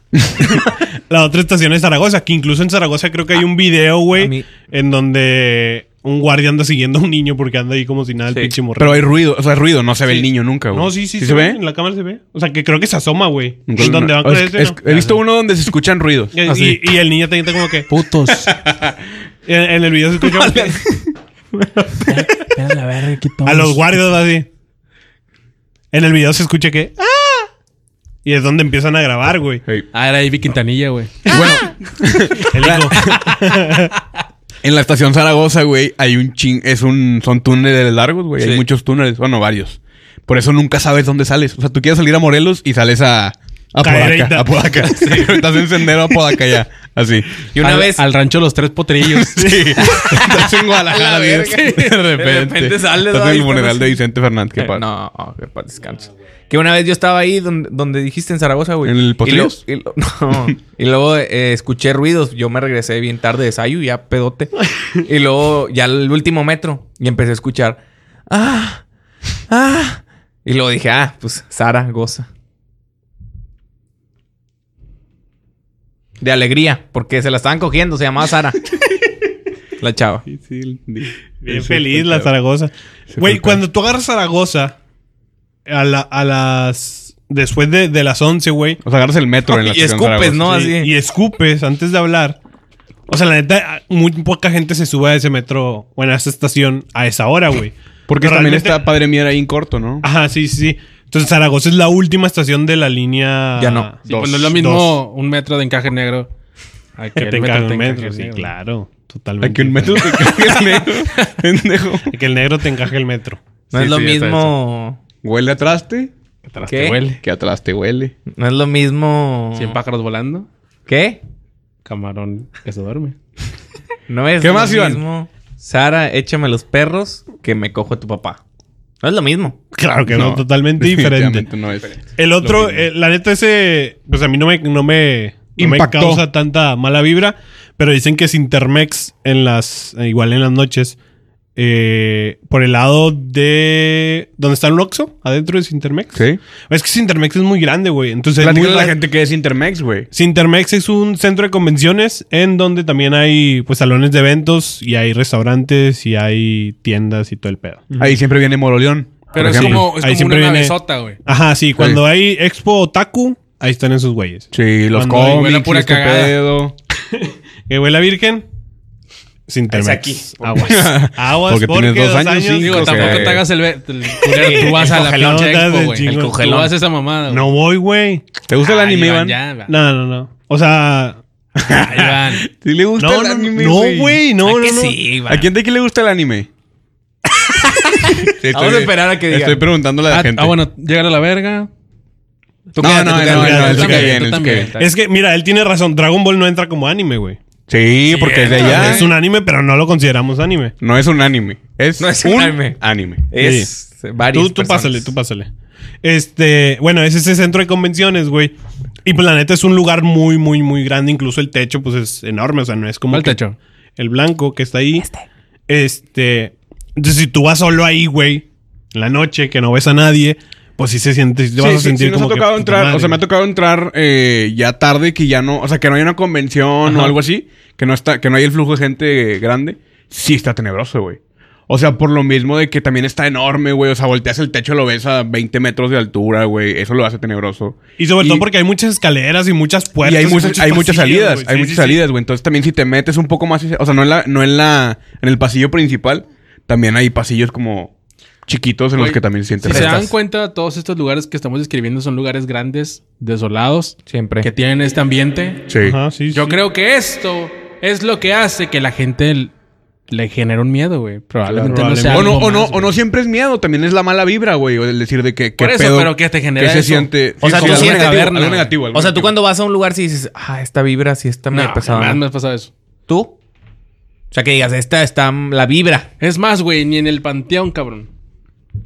Speaker 1: La otra estación es Zaragoza, que incluso en Zaragoza creo que
Speaker 4: Ah,
Speaker 1: hay un video, güey, en donde un guardia anda siguiendo a un niño porque anda ahí como si nada el pinche morro.
Speaker 4: Pero hay ruido, o sea, hay ruido, no se ve el niño nunca, güey.
Speaker 1: no, sí, sí, se, ve. En la cámara se ve. O sea, que creo que se asoma, güey.
Speaker 4: Entonces,
Speaker 1: Donde van
Speaker 4: no-
Speaker 1: con
Speaker 4: es-
Speaker 1: ese,
Speaker 4: es-
Speaker 1: ¿no?
Speaker 4: He visto uno donde se escuchan ruidos.
Speaker 1: Y,
Speaker 3: así.
Speaker 1: y- y el niño te grita como que.
Speaker 3: Putos.
Speaker 1: En, en el video se escucha. como que-
Speaker 3: la verga,
Speaker 1: a los guardias va así. En el video se escucha que. ¡Ah! Y es donde empiezan a grabar, güey.
Speaker 3: Ah, era Ivy Quintanilla, güey.
Speaker 1: El hijo.
Speaker 4: En la estación Zaragoza, güey, hay un ching... Es un... Son túneles largos, güey. Hay muchos túneles. Bueno, varios. Por eso nunca sabes dónde sales. O sea, tú quieres salir a Morelos y sales a... A
Speaker 1: Cadereyta.
Speaker 4: Podaca. A Podaca. Estás en sendero a Podaca ya. Así.
Speaker 2: Y una
Speaker 3: al,
Speaker 2: vez.
Speaker 3: Al rancho Los Tres Potrillos.
Speaker 4: Sí. Estás en Guadalajara,
Speaker 2: A la
Speaker 4: bien.
Speaker 2: verga.
Speaker 4: Sí, de repente.
Speaker 2: De repente sales,
Speaker 4: Estás en
Speaker 2: ay,
Speaker 4: el funeral
Speaker 2: pero-
Speaker 4: de Vicente Fernández. Qué padre.
Speaker 2: No, oh, que paz descanso. Que una vez yo estaba ahí donde, donde dijiste en Zaragoza, güey.
Speaker 4: ¿En el Potrillos?
Speaker 2: Y, lo- y lo- no. Y luego eh, escuché ruidos. Yo me regresé bien tarde de Sayu, ya pedote. Y luego ya el último metro. Y empecé a escuchar. ¡Ah! ¡Ah! Y luego dije, ah, pues Sara goza. De alegría, porque se la estaban cogiendo, se llamaba Sara. La chava.
Speaker 1: Bien feliz la Zaragoza. Güey, cuando tú agarras Zaragoza a, la- a las. Después de, de las 11, güey.
Speaker 4: O sea, agarras el metro en la
Speaker 2: Y
Speaker 4: estación
Speaker 2: escupes,
Speaker 4: Zaragoza.
Speaker 2: ¿no?
Speaker 1: y,
Speaker 2: Así.
Speaker 1: y escupes antes de hablar. O sea, la neta, muy poca gente se sube a ese metro o en esa estación a esa hora, güey.
Speaker 4: Porque también
Speaker 1: Realmente-
Speaker 4: está Padre Mier ahí en corto, ¿no?
Speaker 1: Ajá, sí, sí, sí. Entonces, Zaragoza es la última estación de la línea.
Speaker 2: Ya no.
Speaker 3: Sí, pues no es lo mismo un metro de encaje negro. Ay,
Speaker 1: Que
Speaker 3: el
Speaker 1: te encaja un
Speaker 3: encaje
Speaker 1: metro, sí,
Speaker 3: negro.
Speaker 1: claro. Totalmente.
Speaker 4: Hay que un metro te cagas, negro. Pendejo.
Speaker 1: Que el negro te encaje el metro.
Speaker 2: No
Speaker 4: Sí,
Speaker 2: es lo
Speaker 4: sí, ya está
Speaker 2: mismo.
Speaker 4: Huele a traste.
Speaker 3: Atrás
Speaker 2: ¿Qué?
Speaker 3: te huele.
Speaker 4: Que atrás te huele.
Speaker 2: No es lo mismo.
Speaker 3: Cien pájaros volando.
Speaker 2: ¿Qué?
Speaker 3: Camarón que se duerme.
Speaker 2: No es
Speaker 4: ¿Qué
Speaker 2: lo
Speaker 4: más, Iván?
Speaker 2: mismo. Sara, échame los perros que me cojo a tu papá. No es lo mismo.
Speaker 1: Claro que no, totalmente diferente.
Speaker 4: definitivamente no es.
Speaker 1: El otro, eh, la neta, ese. Pues a mí no me, no me, no me
Speaker 4: Impactó.
Speaker 1: causa tanta mala vibra. Pero dicen que es Intermex en las. eh, igual en las noches. eh, por el lado de. ¿Dónde está el Oxxo? Adentro es Intermex.
Speaker 4: Sí.
Speaker 1: Es que Sintermex es muy grande, güey. Entonces, es muy
Speaker 4: Platícale a la
Speaker 1: ra-
Speaker 4: gente que es Intermex, güey.
Speaker 1: Sintermex es un centro de convenciones en donde también hay pues salones de eventos y hay restaurantes y hay tiendas y todo el pedo.
Speaker 4: Ahí siempre viene Moroleón. por
Speaker 3: Pero es
Speaker 4: ejemplo.
Speaker 3: como, es
Speaker 1: Ahí
Speaker 3: como
Speaker 1: siempre
Speaker 3: una
Speaker 1: viene-
Speaker 3: navesota, güey.
Speaker 1: Ajá, sí, cuando hay Expo Otaku ahí están esos güeyes.
Speaker 4: Sí, los
Speaker 1: Cuando
Speaker 4: cómics,
Speaker 3: huele a pura
Speaker 4: y este
Speaker 3: cagada.
Speaker 4: pedo.
Speaker 1: Que huele a virgen. Sin
Speaker 7: Es
Speaker 1: Telmex.
Speaker 7: aquí.
Speaker 1: Aguas. Aguas
Speaker 4: Porque
Speaker 1: porque,
Speaker 4: tienes dos
Speaker 1: dos
Speaker 4: años,
Speaker 1: años.
Speaker 4: sí,
Speaker 3: Digo,
Speaker 4: Creo
Speaker 3: tampoco
Speaker 2: que-
Speaker 3: te hagas el... ve- el culero, tú vas a la
Speaker 1: cogelón,
Speaker 3: pinche
Speaker 1: te hagas
Speaker 3: expo,
Speaker 1: el
Speaker 3: güey.
Speaker 1: chingo.
Speaker 3: El Tú
Speaker 2: cogelón.
Speaker 3: vas a esa mamada,
Speaker 1: no voy, güey.
Speaker 4: ¿Te gusta el
Speaker 3: Ay,
Speaker 4: anime, Iván?
Speaker 3: ya, Iván.
Speaker 1: No, no, no. O sea.
Speaker 3: Ay, Iván.
Speaker 4: ¿Sí le gusta
Speaker 1: No,
Speaker 4: el
Speaker 1: no,
Speaker 4: anime,
Speaker 1: no, güey. No, no, no.
Speaker 4: ¿A quién de aquí le gusta el anime? Sí, estoy-
Speaker 2: Vamos a esperar a que diga.
Speaker 4: Estoy preguntándole a la
Speaker 3: Ah,
Speaker 4: gente.
Speaker 3: ah, bueno, llegar a la verga.
Speaker 4: No,
Speaker 2: quédate,
Speaker 4: no,
Speaker 2: tú
Speaker 4: no,
Speaker 2: quédate,
Speaker 4: no,
Speaker 1: tú
Speaker 4: no, él
Speaker 1: quédate,
Speaker 4: sí
Speaker 1: tú
Speaker 4: cae bien,
Speaker 3: también,
Speaker 4: él
Speaker 3: tú
Speaker 4: sí cae
Speaker 3: también.
Speaker 4: bien.
Speaker 1: Es que, mira, él tiene razón. Dragon Ball no entra como anime, güey.
Speaker 4: Sí, porque es de allá.
Speaker 1: Es un anime, pero no lo consideramos anime.
Speaker 4: No es un anime. Es
Speaker 2: No es un
Speaker 4: un
Speaker 2: anime.
Speaker 4: anime.
Speaker 2: Es varios.
Speaker 1: Tú, tú pásale, tú pásale. Este, bueno, es ese centro de convenciones, güey. Y pues la neta es un lugar muy, muy, muy grande. Incluso el techo, pues es enorme. O sea, no es como.
Speaker 3: ¿Cuál
Speaker 1: que-
Speaker 3: techo?
Speaker 1: El blanco que está ahí. Este. Entonces, si tú vas solo ahí, güey, en la noche, que no ves a nadie, pues sí se siente. Sí, te vas a sentir
Speaker 4: nos
Speaker 1: como.
Speaker 4: ha
Speaker 1: que,
Speaker 4: tocado
Speaker 1: puta
Speaker 4: entrar,
Speaker 1: madre,
Speaker 4: o sea, me ha
Speaker 1: güey.
Speaker 4: tocado entrar eh, ya tarde que ya no, o sea, que no hay una convención o
Speaker 3: Ajá.
Speaker 4: algo así, que no está, que no hay el flujo de gente grande. Sí está tenebroso, güey. O sea, por lo mismo de que también está enorme, güey. O sea, volteas el techo, lo ves a 20 metros de altura, güey. Eso lo hace tenebroso.
Speaker 1: Y sobre todo porque hay muchas escaleras y muchas puertas.
Speaker 4: y hay, muchas,
Speaker 1: muchos
Speaker 4: hay muchas
Speaker 1: pasillos,
Speaker 4: salidas,
Speaker 1: güey.
Speaker 4: hay
Speaker 1: Sí,
Speaker 4: muchas
Speaker 1: sí, sí.
Speaker 4: salidas, güey. Entonces también si te metes un poco más, o sea, no en la, no en la, en el pasillo principal, también hay pasillos como chiquitos en los
Speaker 3: Oye,
Speaker 4: que también se siente
Speaker 3: Si se
Speaker 4: resta.
Speaker 3: dan cuenta, todos estos lugares que estamos describiendo son lugares grandes, desolados,
Speaker 2: Siempre.
Speaker 3: que tienen este ambiente.
Speaker 4: Sí.
Speaker 1: Ajá, sí,
Speaker 3: Yo
Speaker 1: sí.
Speaker 3: creo que esto es lo que hace que la gente l- le genera un miedo, güey. Probablemente
Speaker 1: Claro,
Speaker 3: no sea
Speaker 4: O no,
Speaker 3: algo
Speaker 4: o, no,
Speaker 3: más,
Speaker 4: o no
Speaker 3: güey.
Speaker 4: siempre es miedo, también es la mala vibra, güey. O el decir de que. que
Speaker 3: Por eso,
Speaker 4: pedo,
Speaker 3: pero ¿qué te genera
Speaker 4: que se
Speaker 3: eso?
Speaker 4: siente.
Speaker 2: O sea,
Speaker 4: sí,
Speaker 2: tú
Speaker 4: algo
Speaker 2: sientes-
Speaker 4: negativo,
Speaker 3: caverna,
Speaker 4: algo
Speaker 3: güey.
Speaker 4: negativo. algo
Speaker 2: O sea, tú
Speaker 4: negativo.
Speaker 2: cuando vas a un lugar sí dices, ah, esta vibra sí está medio
Speaker 3: No,
Speaker 2: pesada.
Speaker 3: jamás me
Speaker 2: ¿no?".
Speaker 3: ha pasado eso.
Speaker 2: ¿Tú? O sea, que digas, esta está la vibra.
Speaker 3: Es más, güey, ni en el panteón, cabrón.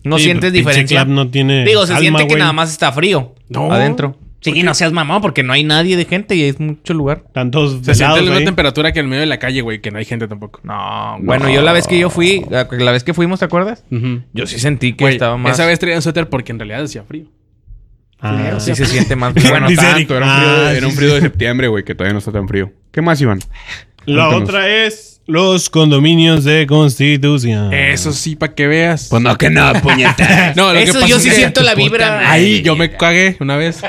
Speaker 2: No
Speaker 1: Sí,
Speaker 2: sientes
Speaker 1: pinche
Speaker 2: diferencia.
Speaker 1: club no tiene
Speaker 2: Digo, se
Speaker 1: alma,
Speaker 2: siente que
Speaker 1: güey.
Speaker 2: nada más está frío.
Speaker 3: No.
Speaker 2: Adentro. Sí, no seas mamón porque no hay nadie de gente y es mucho lugar.
Speaker 1: Tantos
Speaker 3: Se siente la
Speaker 1: velados
Speaker 3: misma
Speaker 1: ahí.
Speaker 3: temperatura que en medio de la calle, güey, que no hay gente tampoco.
Speaker 2: No, bueno, yo la vez que yo fui, la, la vez que fuimos, ¿te acuerdas?
Speaker 3: Ujú.
Speaker 2: Yo sí sentí que
Speaker 3: Güey,
Speaker 2: estaba más.
Speaker 3: Esa vez traía un suéter porque en realidad hacía frío.
Speaker 1: Ah,
Speaker 2: sí se siente más. bueno,
Speaker 1: Dice
Speaker 2: tanto.
Speaker 1: Eric.
Speaker 4: Era un frío,
Speaker 1: Ah,
Speaker 4: de, era un
Speaker 1: sí,
Speaker 4: frío de septiembre, güey, que todavía no está tan frío. ¿Qué más, Iván?
Speaker 1: La
Speaker 4: Cuéntanos.
Speaker 1: otra es los condominios de Constitución.
Speaker 3: Eso sí, para que veas.
Speaker 4: Ah. Pues
Speaker 1: Pues
Speaker 4: no, que no, puñetas.
Speaker 3: No,
Speaker 2: Eso yo sí siento la vibra.
Speaker 3: Ahí yo me cagué una vez.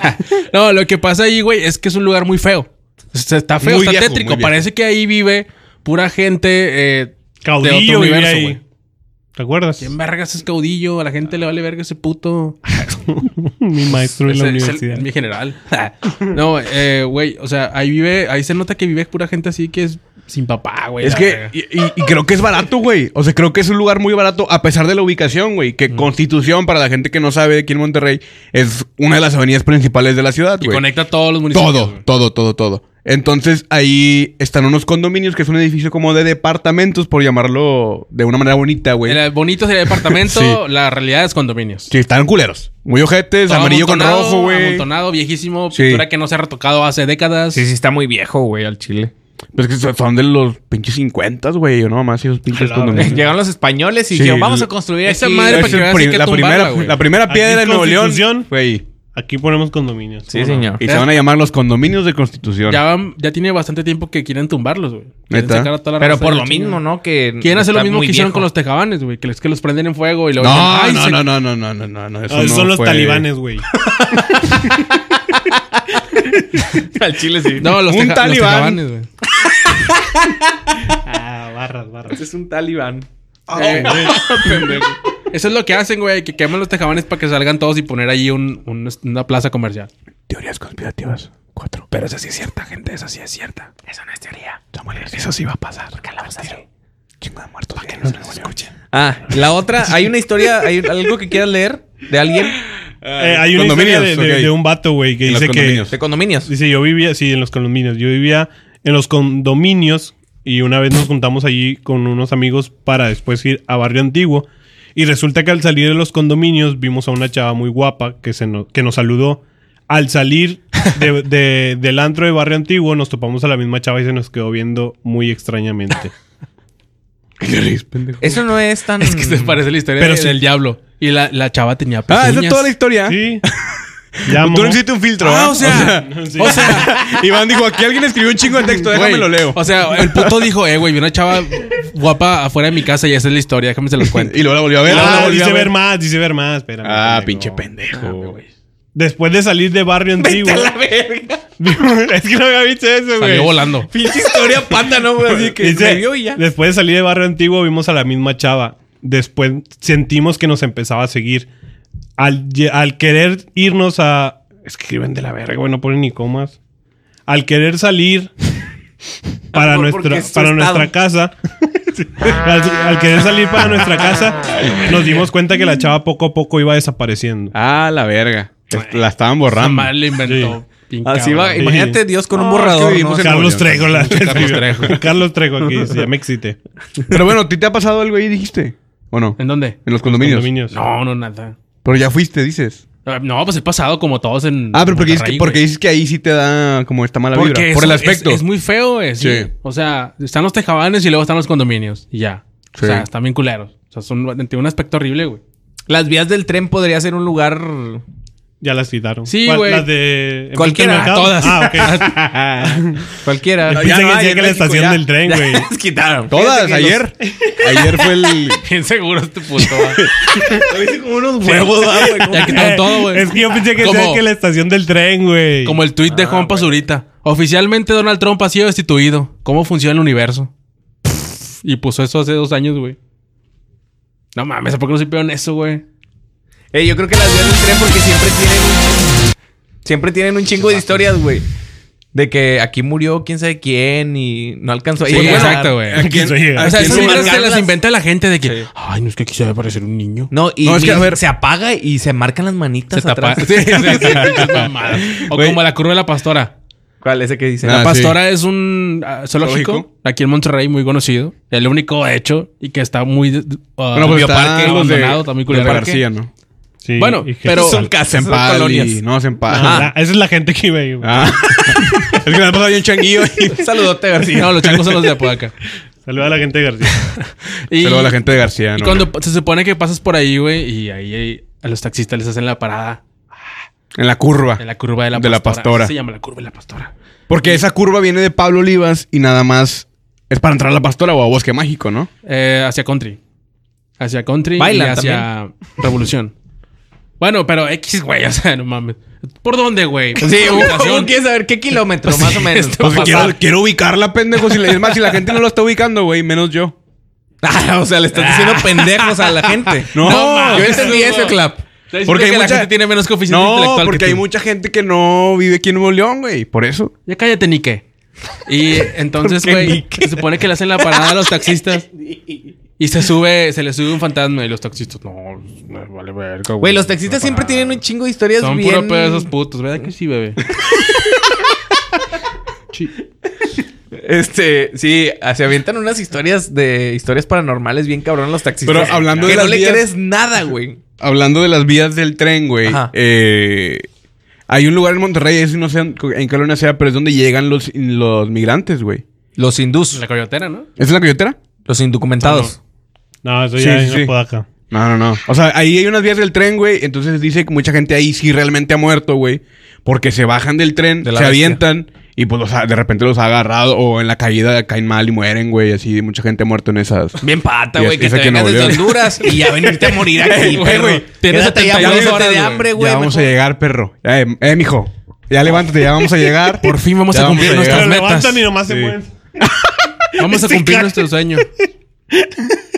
Speaker 3: no, lo que pasa ahí, güey, es que es un lugar muy feo. O sea, Está feo,
Speaker 4: Muy
Speaker 3: está
Speaker 4: viejo,
Speaker 3: tétrico.
Speaker 4: muy viejo.
Speaker 3: Parece que ahí vive pura gente eh, de
Speaker 1: Caudillo
Speaker 3: otro
Speaker 1: vivía
Speaker 3: universo,
Speaker 1: ahí.
Speaker 3: güey.
Speaker 1: ¿Te acuerdas?
Speaker 3: ¿Quién vergas es caudillo? A la gente le vale verga ese puto.
Speaker 1: Mi maestro en la
Speaker 3: Ese- ese-
Speaker 1: universidad.
Speaker 3: es mi general. no, eh, güey, o sea, ahí vive, ahí se nota que vive pura gente así que es sin papá, güey.
Speaker 4: Es
Speaker 3: la
Speaker 4: que,
Speaker 3: verga.
Speaker 4: y, y- y creo que es barato, güey. O sea, creo que es un lugar muy barato, a pesar de la ubicación, güey.
Speaker 3: Mm.
Speaker 4: Que Constitución, para la gente que no sabe de aquí en Monterrey, es una de las avenidas principales de la ciudad,
Speaker 3: Y
Speaker 4: güey.
Speaker 3: conecta a todos los municipios.
Speaker 4: Todo,
Speaker 3: güey.
Speaker 4: todo, todo, todo. Entonces ahí están unos condominios que es un edificio como de departamentos, por llamamarlo de una manera bonita, güey.
Speaker 3: El bonito sería el departamento, la realidad es condominios.
Speaker 4: Sí, están culeros. Muy ojetes,
Speaker 3: Todo
Speaker 4: amarillo con
Speaker 3: amontonado,
Speaker 4: rojo, güey.
Speaker 3: Amontonado, viejísimo,
Speaker 4: Sí.
Speaker 3: pintura que no se ha retocado hace décadas.
Speaker 2: Sí, sí, está muy viejo, güey, al chile.
Speaker 4: Pues que son- son de los pinches 50, güey. Yo no más esos
Speaker 1: A
Speaker 4: pinches
Speaker 1: la
Speaker 4: condominios.
Speaker 2: Llegaron los españoles y
Speaker 4: Sí,
Speaker 2: dijeron, vamos
Speaker 4: la-
Speaker 2: a construir
Speaker 3: Esa
Speaker 2: aquí".
Speaker 3: madre
Speaker 4: Es
Speaker 3: para que
Speaker 4: el
Speaker 3: veas
Speaker 4: pri-
Speaker 3: hay que
Speaker 4: la,
Speaker 3: tumbarla,
Speaker 4: primera,
Speaker 3: güey.
Speaker 4: la primera
Speaker 1: Aquí
Speaker 4: piedra
Speaker 1: es
Speaker 4: en Nuevo León.
Speaker 1: Constitución.
Speaker 4: fue ahí.
Speaker 1: Aquí ponemos condominios.
Speaker 2: Sí,
Speaker 1: ¿cómo no?
Speaker 2: señor.
Speaker 4: Y se van a llamar los condominios de Constitución.
Speaker 3: Ya, van- ya tiene bastante tiempo que quieren tumbarlos, güey. Quieren
Speaker 4: ¿Neta?
Speaker 3: sacar a toda la
Speaker 2: Pero
Speaker 3: raza
Speaker 2: por
Speaker 3: de
Speaker 2: lo
Speaker 3: la chingada.
Speaker 2: mismo, ¿no? Que
Speaker 3: Quieren hacer lo
Speaker 2: está
Speaker 3: mismo que
Speaker 2: muy
Speaker 3: hicieron
Speaker 2: viejo.
Speaker 3: con los tejabanes, güey. Que los, que los prenden en fuego y luego...
Speaker 4: No,
Speaker 3: dicen, "Ay,
Speaker 4: no,
Speaker 3: se-
Speaker 4: no, no, no, no, no, no, no. Eso
Speaker 1: Ah,
Speaker 4: no
Speaker 1: son los
Speaker 4: fue-
Speaker 1: talibanes, güey.
Speaker 2: Al chile, sí.
Speaker 3: No, los,
Speaker 4: Un
Speaker 3: teja- los
Speaker 4: talibán.
Speaker 3: tejabanes, güey.
Speaker 1: ah, barras, barras.
Speaker 2: Este es un talibán.
Speaker 3: Eh, Eso es lo que hacen, güey. Que queman los tejabanes para que salgan todos y poner ahí un- un- una plaza comercial.
Speaker 4: Teorías conspirativas. Cuatro. Pero esa sí es cierta, gente. Esa sí es cierta. Eso no es teoría. eso sí va a pasar. ¿Por qué la vas a hacer? Chingo de muertos. que no nos escuchen.
Speaker 2: Ah, y la otra, hay una historia, hay algo que quieras leer de alguien
Speaker 1: Eh, hay una historia de, de-
Speaker 4: Ah, ok.
Speaker 1: de un vato, güey, que
Speaker 4: En los
Speaker 1: dice que...
Speaker 4: condominios.
Speaker 2: de condominios.
Speaker 1: Dice, yo vivía... Sí, en los condominios. Yo vivía en los condominios y una vez nos juntamos allí con unos amigos para después ir a Barrio Antiguo. Y resulta que al salir de los condominios vimos a una chava muy guapa que, se nos, que nos saludó. Al salir de- de- del antro de Barrio Antiguo nos topamos a la misma chava y se nos quedó viendo muy extrañamente.
Speaker 2: Eso no es tan.
Speaker 3: Es que se parece la historia
Speaker 1: Pero
Speaker 3: de-
Speaker 1: sí.
Speaker 3: del diablo. Y la, la chava tenía
Speaker 4: Ah,
Speaker 3: pezuñas.
Speaker 4: esa es toda la historia.
Speaker 1: Sí. Ya,
Speaker 4: Tú
Speaker 1: mo-
Speaker 4: no hiciste un filtro,
Speaker 3: Ah,
Speaker 4: ¿ah?
Speaker 3: o sea,
Speaker 1: Sí.
Speaker 3: o sea,
Speaker 4: Iván dijo, aquí alguien escribió un chingo de texto, déjame
Speaker 3: Güey,
Speaker 4: lo leo.
Speaker 3: O sea, el puto dijo, eh, güey, vi una chava guapa afuera de mi casa y esa es la historia, déjame se los cuento.
Speaker 4: y luego la volvió a ver.
Speaker 1: Ah,
Speaker 4: luego la volvió
Speaker 1: dice
Speaker 4: a
Speaker 1: ver más, dice ver más. Espérame,
Speaker 4: Ah,
Speaker 1: pendejo.
Speaker 4: pinche pendejo.
Speaker 1: Después de salir de barrio antiguo.
Speaker 2: Vete a la verga.
Speaker 1: es que no había visto eso, güey.
Speaker 3: Salió volando.
Speaker 2: Pinche historia panda, ¿no, güey? Así Pues que
Speaker 1: Pues, Dice,
Speaker 2: me vio y ya.
Speaker 1: Después de salir de barrio antiguo, vimos a la misma chava. Después sentimos que nos empezaba a seguir. Al, lle- al querer irnos a. Escriben de la verga, güey, no ponen ni comas. Al querer salir para,
Speaker 2: Por- porque
Speaker 1: nuestra,
Speaker 2: es su
Speaker 1: para
Speaker 2: estado.
Speaker 1: nuestra casa. Sí. al, al querer salir para nuestra casa, nos dimos cuenta que la chava poco a poco iba desapareciendo.
Speaker 4: Ah, la verga. Est- La estaban
Speaker 3: Esa
Speaker 4: borrando.
Speaker 3: madre la inventó. Pin
Speaker 2: Así Ah, va.
Speaker 3: cabrón.
Speaker 2: Imagínate Dios con un
Speaker 4: No, es
Speaker 2: borrador.
Speaker 4: que
Speaker 2: ¿no?
Speaker 4: vivimos en-
Speaker 1: Carlos
Speaker 4: Nuevo León.
Speaker 1: Trejo, la
Speaker 4: Carlos Trejo.
Speaker 1: Carlos Trejo aquí, sí, ya me excité.
Speaker 4: Pero bueno, ¿a ti te ha pasado algo ahí, dijiste? ¿O no?
Speaker 3: ¿En dónde?
Speaker 4: En los condominios.
Speaker 1: Condominios.
Speaker 3: No, no, nada.
Speaker 4: Pero ya fuiste, dices.
Speaker 3: Eh, No, pues he pasado como todos en.
Speaker 4: Ah, pero porque dices, que,
Speaker 3: Monterrey,
Speaker 4: porque
Speaker 3: güey.
Speaker 4: dices que ahí sí te da como esta mala vibra.
Speaker 3: Porque
Speaker 4: por el
Speaker 3: es-
Speaker 4: aspecto.
Speaker 3: Es, es muy feo, güey. Sí.
Speaker 4: Sí.
Speaker 3: O sea, están los tejabanes y luego están los condominios. Y ya.
Speaker 4: Sí.
Speaker 3: O sea, están bien culeros. O sea, son, tienen un aspecto horrible, güey.
Speaker 2: Las vías del tren podría ser un lugar.
Speaker 1: Ya las quitaron.
Speaker 3: Sí,
Speaker 1: ¿Cuál-
Speaker 3: güey.
Speaker 1: Las de.
Speaker 2: Cualquiera,
Speaker 1: enfrente del mercado? Ah, ok.
Speaker 2: Cualquiera.
Speaker 4: No,
Speaker 1: Pensé
Speaker 4: ya
Speaker 1: que
Speaker 4: hay
Speaker 1: decía
Speaker 4: en
Speaker 1: que la
Speaker 4: México,
Speaker 1: estación
Speaker 4: ya.
Speaker 1: del tren, güey.
Speaker 2: Las quitaron. Fíjate
Speaker 4: Todas,
Speaker 2: que
Speaker 4: ayer. Ayer fue el.
Speaker 3: Bien seguro este puto. güey. Eh,
Speaker 2: los- Lo hice como unos huevos, ah, güey.
Speaker 3: ya quitaron todo, güey.
Speaker 1: Es que yo pensé que decía
Speaker 3: Como-
Speaker 1: que la estación del tren, güey.
Speaker 3: Como el tuit de Juan Pazurita. Oficialmente Donald Trump ha sido destituido. ¿Cómo funciona el universo? Pff, Y puso eso hace dos años, güey. No mames, ¿por qué no se en eso, güey?
Speaker 2: Eh, yo creo que las vías del tren porque siempre tienen un chingo, siempre tienen un chingo de historias, güey. De que aquí murió quién sabe quién y no alcanzó a
Speaker 3: Sí,
Speaker 2: llegar.
Speaker 3: exacto, güey.
Speaker 1: ¿A quién se llega?
Speaker 3: O sea,
Speaker 2: quién no
Speaker 3: esas mierdas se
Speaker 2: marcarlas?
Speaker 3: las inventa la gente de que...
Speaker 2: Sí.
Speaker 3: Ay, no, es que quisiera parecer un niño.
Speaker 2: No, y
Speaker 4: No, es que,
Speaker 2: mira,
Speaker 4: a ver.
Speaker 2: se apaga y se marcan las manitas
Speaker 3: Se tapa.
Speaker 2: atrás.
Speaker 3: Sí, sí, sí, sí, mamada. o
Speaker 4: Güey.
Speaker 3: como la curva de la pastora.
Speaker 2: ¿Cuál? Ese que dice.
Speaker 4: Ah,
Speaker 3: La
Speaker 4: sí.
Speaker 3: pastora es un ah, zoológico
Speaker 4: Zoológico.
Speaker 3: aquí en Monterrey muy conocido. El único hecho y que está muy... ah,
Speaker 4: Bueno, pues
Speaker 3: bioparque
Speaker 4: está los de,
Speaker 3: abandonado, está muy
Speaker 4: de
Speaker 3: culero.
Speaker 4: García, ¿no?
Speaker 1: Sí,
Speaker 3: bueno,
Speaker 1: y que-
Speaker 3: pero-
Speaker 2: Son casas, son
Speaker 4: Sempal
Speaker 2: colonias.
Speaker 4: y- No, Sempal.
Speaker 1: Ah, esa es la gente que iba ahí, güey.
Speaker 4: Ah. es que me ha pasado bien Pues changuillo. y-
Speaker 2: Un Saludote, García.
Speaker 3: No, los chicos son los de Apodaca.
Speaker 1: Saluda a la gente de García.
Speaker 3: Y,
Speaker 4: Saludo a la gente de García,
Speaker 3: y
Speaker 4: ¿no?
Speaker 3: cuando se supone que pasas por ahí, güey, y ahí, ahí a los taxistas les hacen la parada
Speaker 4: En la curva.
Speaker 3: de la curva de la
Speaker 4: De
Speaker 3: pastora.
Speaker 4: la pastora.
Speaker 3: Así Se llama la curva de la pastora.
Speaker 4: Porque esa curva viene de Pablo Olivas y nada más es para entrar a la pastora o a Bosque Mágico, ¿no?
Speaker 3: Eh, hacia country. Hacia country
Speaker 2: Bailan
Speaker 3: y hacia revolución. Bueno, pero X, güey, o sea, no mames. ¿Por dónde, güey?
Speaker 2: Sí, ¿cómo quieres saber qué kilómetro más o menos? Pues
Speaker 3: esto-
Speaker 4: Porque
Speaker 3: pasar.
Speaker 4: quiero, quiero ubicarla, pendejo. Si le- es más, si la gente no lo está ubicando, güey, menos yo.
Speaker 2: Ah, o sea, le estás diciendo pendejos a la gente.
Speaker 4: No,
Speaker 2: yo
Speaker 4: mames,
Speaker 2: entendí eso, Clap.
Speaker 4: Porque
Speaker 3: Porque
Speaker 4: hay
Speaker 3: la
Speaker 4: mucha-
Speaker 3: gente tiene menos coeficiente
Speaker 4: No,
Speaker 3: intelectual
Speaker 4: porque
Speaker 3: que
Speaker 4: hay
Speaker 3: tú.
Speaker 4: mucha gente que no vive aquí en Nuevo León, güey. Por eso.
Speaker 3: Ya cállate, Nike. Y entonces,
Speaker 2: ¿Por qué
Speaker 3: güey,
Speaker 2: Nike?
Speaker 3: se supone que le hacen la parada a los taxistas. Y se sube, se le sube un fantasma y los taxistas, no, me vale verga,
Speaker 2: Güey, los taxistas siempre tienen un chingo de historias
Speaker 3: Son
Speaker 2: bien...
Speaker 3: puro pedo de esos putos, ¿verdad que sí, bebé?
Speaker 2: Este, sí, se avientan unas historias de historias paranormales bien cabrón los taxistas.
Speaker 4: Pero hablando de
Speaker 2: que no
Speaker 4: las
Speaker 2: le
Speaker 4: vías-
Speaker 2: crees nada, güey.
Speaker 4: Hablando de las vías del tren, güey.
Speaker 2: Ajá.
Speaker 4: eh, hay un lugar en Monterrey, es, no sé en qué colonia sea, pero es donde llegan los, los migrantes, güey.
Speaker 2: Los hindús,
Speaker 3: La coyotera, ¿no?
Speaker 4: ¿Es en la coyotera?
Speaker 2: los indocumentados.
Speaker 1: No, eso
Speaker 4: Sí,
Speaker 1: ya
Speaker 4: sí,
Speaker 1: no
Speaker 4: sí.
Speaker 1: puedo acá.
Speaker 4: No, no, no. O sea, ahí hay unas vías del tren, güey. Entonces dice que mucha gente ahí sí realmente ha muerto, güey. Porque se bajan del tren,
Speaker 2: De la
Speaker 4: se
Speaker 2: bestia.
Speaker 4: avientan y pues los ha- de repente los ha agarrado o en la caída caen mal y mueren, güey. Así mucha gente ha muerto en esas.
Speaker 2: Bien pata,
Speaker 4: Y
Speaker 2: güey,
Speaker 4: es-
Speaker 2: que
Speaker 4: es
Speaker 2: te
Speaker 4: aquí en
Speaker 2: vengas
Speaker 4: Nuevo
Speaker 2: desde
Speaker 4: León.
Speaker 2: Honduras y ya venirte a morir aquí,
Speaker 3: Güey,
Speaker 2: perro.
Speaker 3: güey, tienes
Speaker 2: Quédate ya
Speaker 3: 72
Speaker 2: muérete
Speaker 3: horas,
Speaker 2: de
Speaker 3: güey.
Speaker 2: hambre,
Speaker 4: Ya
Speaker 2: güey.
Speaker 4: vamos
Speaker 2: mejor.
Speaker 4: a llegar, perro. Ya, eh, eh, mijo. Ya levántate, ya vamos a llegar.
Speaker 3: Por fin vamos
Speaker 4: Ya
Speaker 3: a cumplir
Speaker 4: vamos a
Speaker 1: Pero
Speaker 3: nuestras metas.
Speaker 1: levantan y nomás se
Speaker 4: Sí.
Speaker 1: mueven.
Speaker 3: Vamos a cumplir nuestro sueño.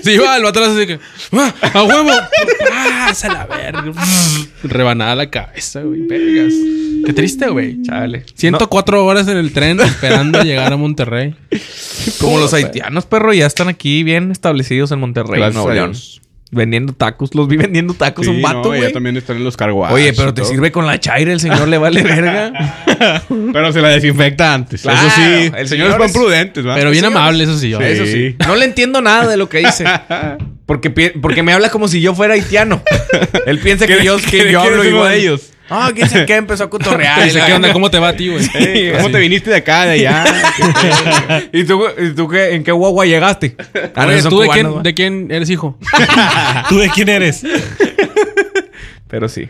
Speaker 3: Sí, va, el vato le hace así que... ¡Ah, ¡A huevo! ¡Pasa la verga! Rebanada la cabeza, güey. Vergas. Qué triste, güey. Chale. 104 horas en el tren esperando a llegar a Monterrey.
Speaker 2: Como los haitianos, perro, ya están aquí bien establecidos en Monterrey,
Speaker 4: Gracias
Speaker 2: Nuevo
Speaker 4: a
Speaker 2: León.
Speaker 4: Dios.
Speaker 2: Vendiendo tacos. Los vi vendiendo tacos
Speaker 4: Sí,
Speaker 2: un vato,
Speaker 4: no,
Speaker 2: güey.
Speaker 4: ya también están en los carguas.
Speaker 2: Oye, pero te sirve con la chaira, el señor le vale verga.
Speaker 4: Pero se la desinfecta antes.
Speaker 2: Claro,
Speaker 4: eso sí.
Speaker 2: el
Speaker 4: El
Speaker 2: señor
Speaker 4: señor es buen
Speaker 2: es-
Speaker 4: prudente, ¿verdad?
Speaker 3: Pero bien
Speaker 2: sí,
Speaker 3: amable, eso sí.
Speaker 4: Sí.
Speaker 3: oye.
Speaker 2: Eso sí. No le entiendo nada de lo que dice. Porque, pi- porque me habla como si yo fuera haitiano. Él piensa que yo, que yo hablo igual.
Speaker 4: de ellos.
Speaker 2: Ah, quién sabe qué empezó a cotorrear.
Speaker 3: "Ah, Dice, ¿Qué onda? ¿Cómo te va a ti, güey?
Speaker 4: Eh, ¿Cómo
Speaker 3: Así.
Speaker 4: te viniste de acá, de allá?
Speaker 2: ¿Y tú, y tú qué- en qué guagua llegaste? Ah, no,
Speaker 3: Oye,
Speaker 2: son
Speaker 3: ¿tú de
Speaker 2: cubanos,
Speaker 3: quién,
Speaker 2: ¿va?
Speaker 3: de quién eres hijo?
Speaker 1: ¿Tú de quién eres?
Speaker 2: Pero sí.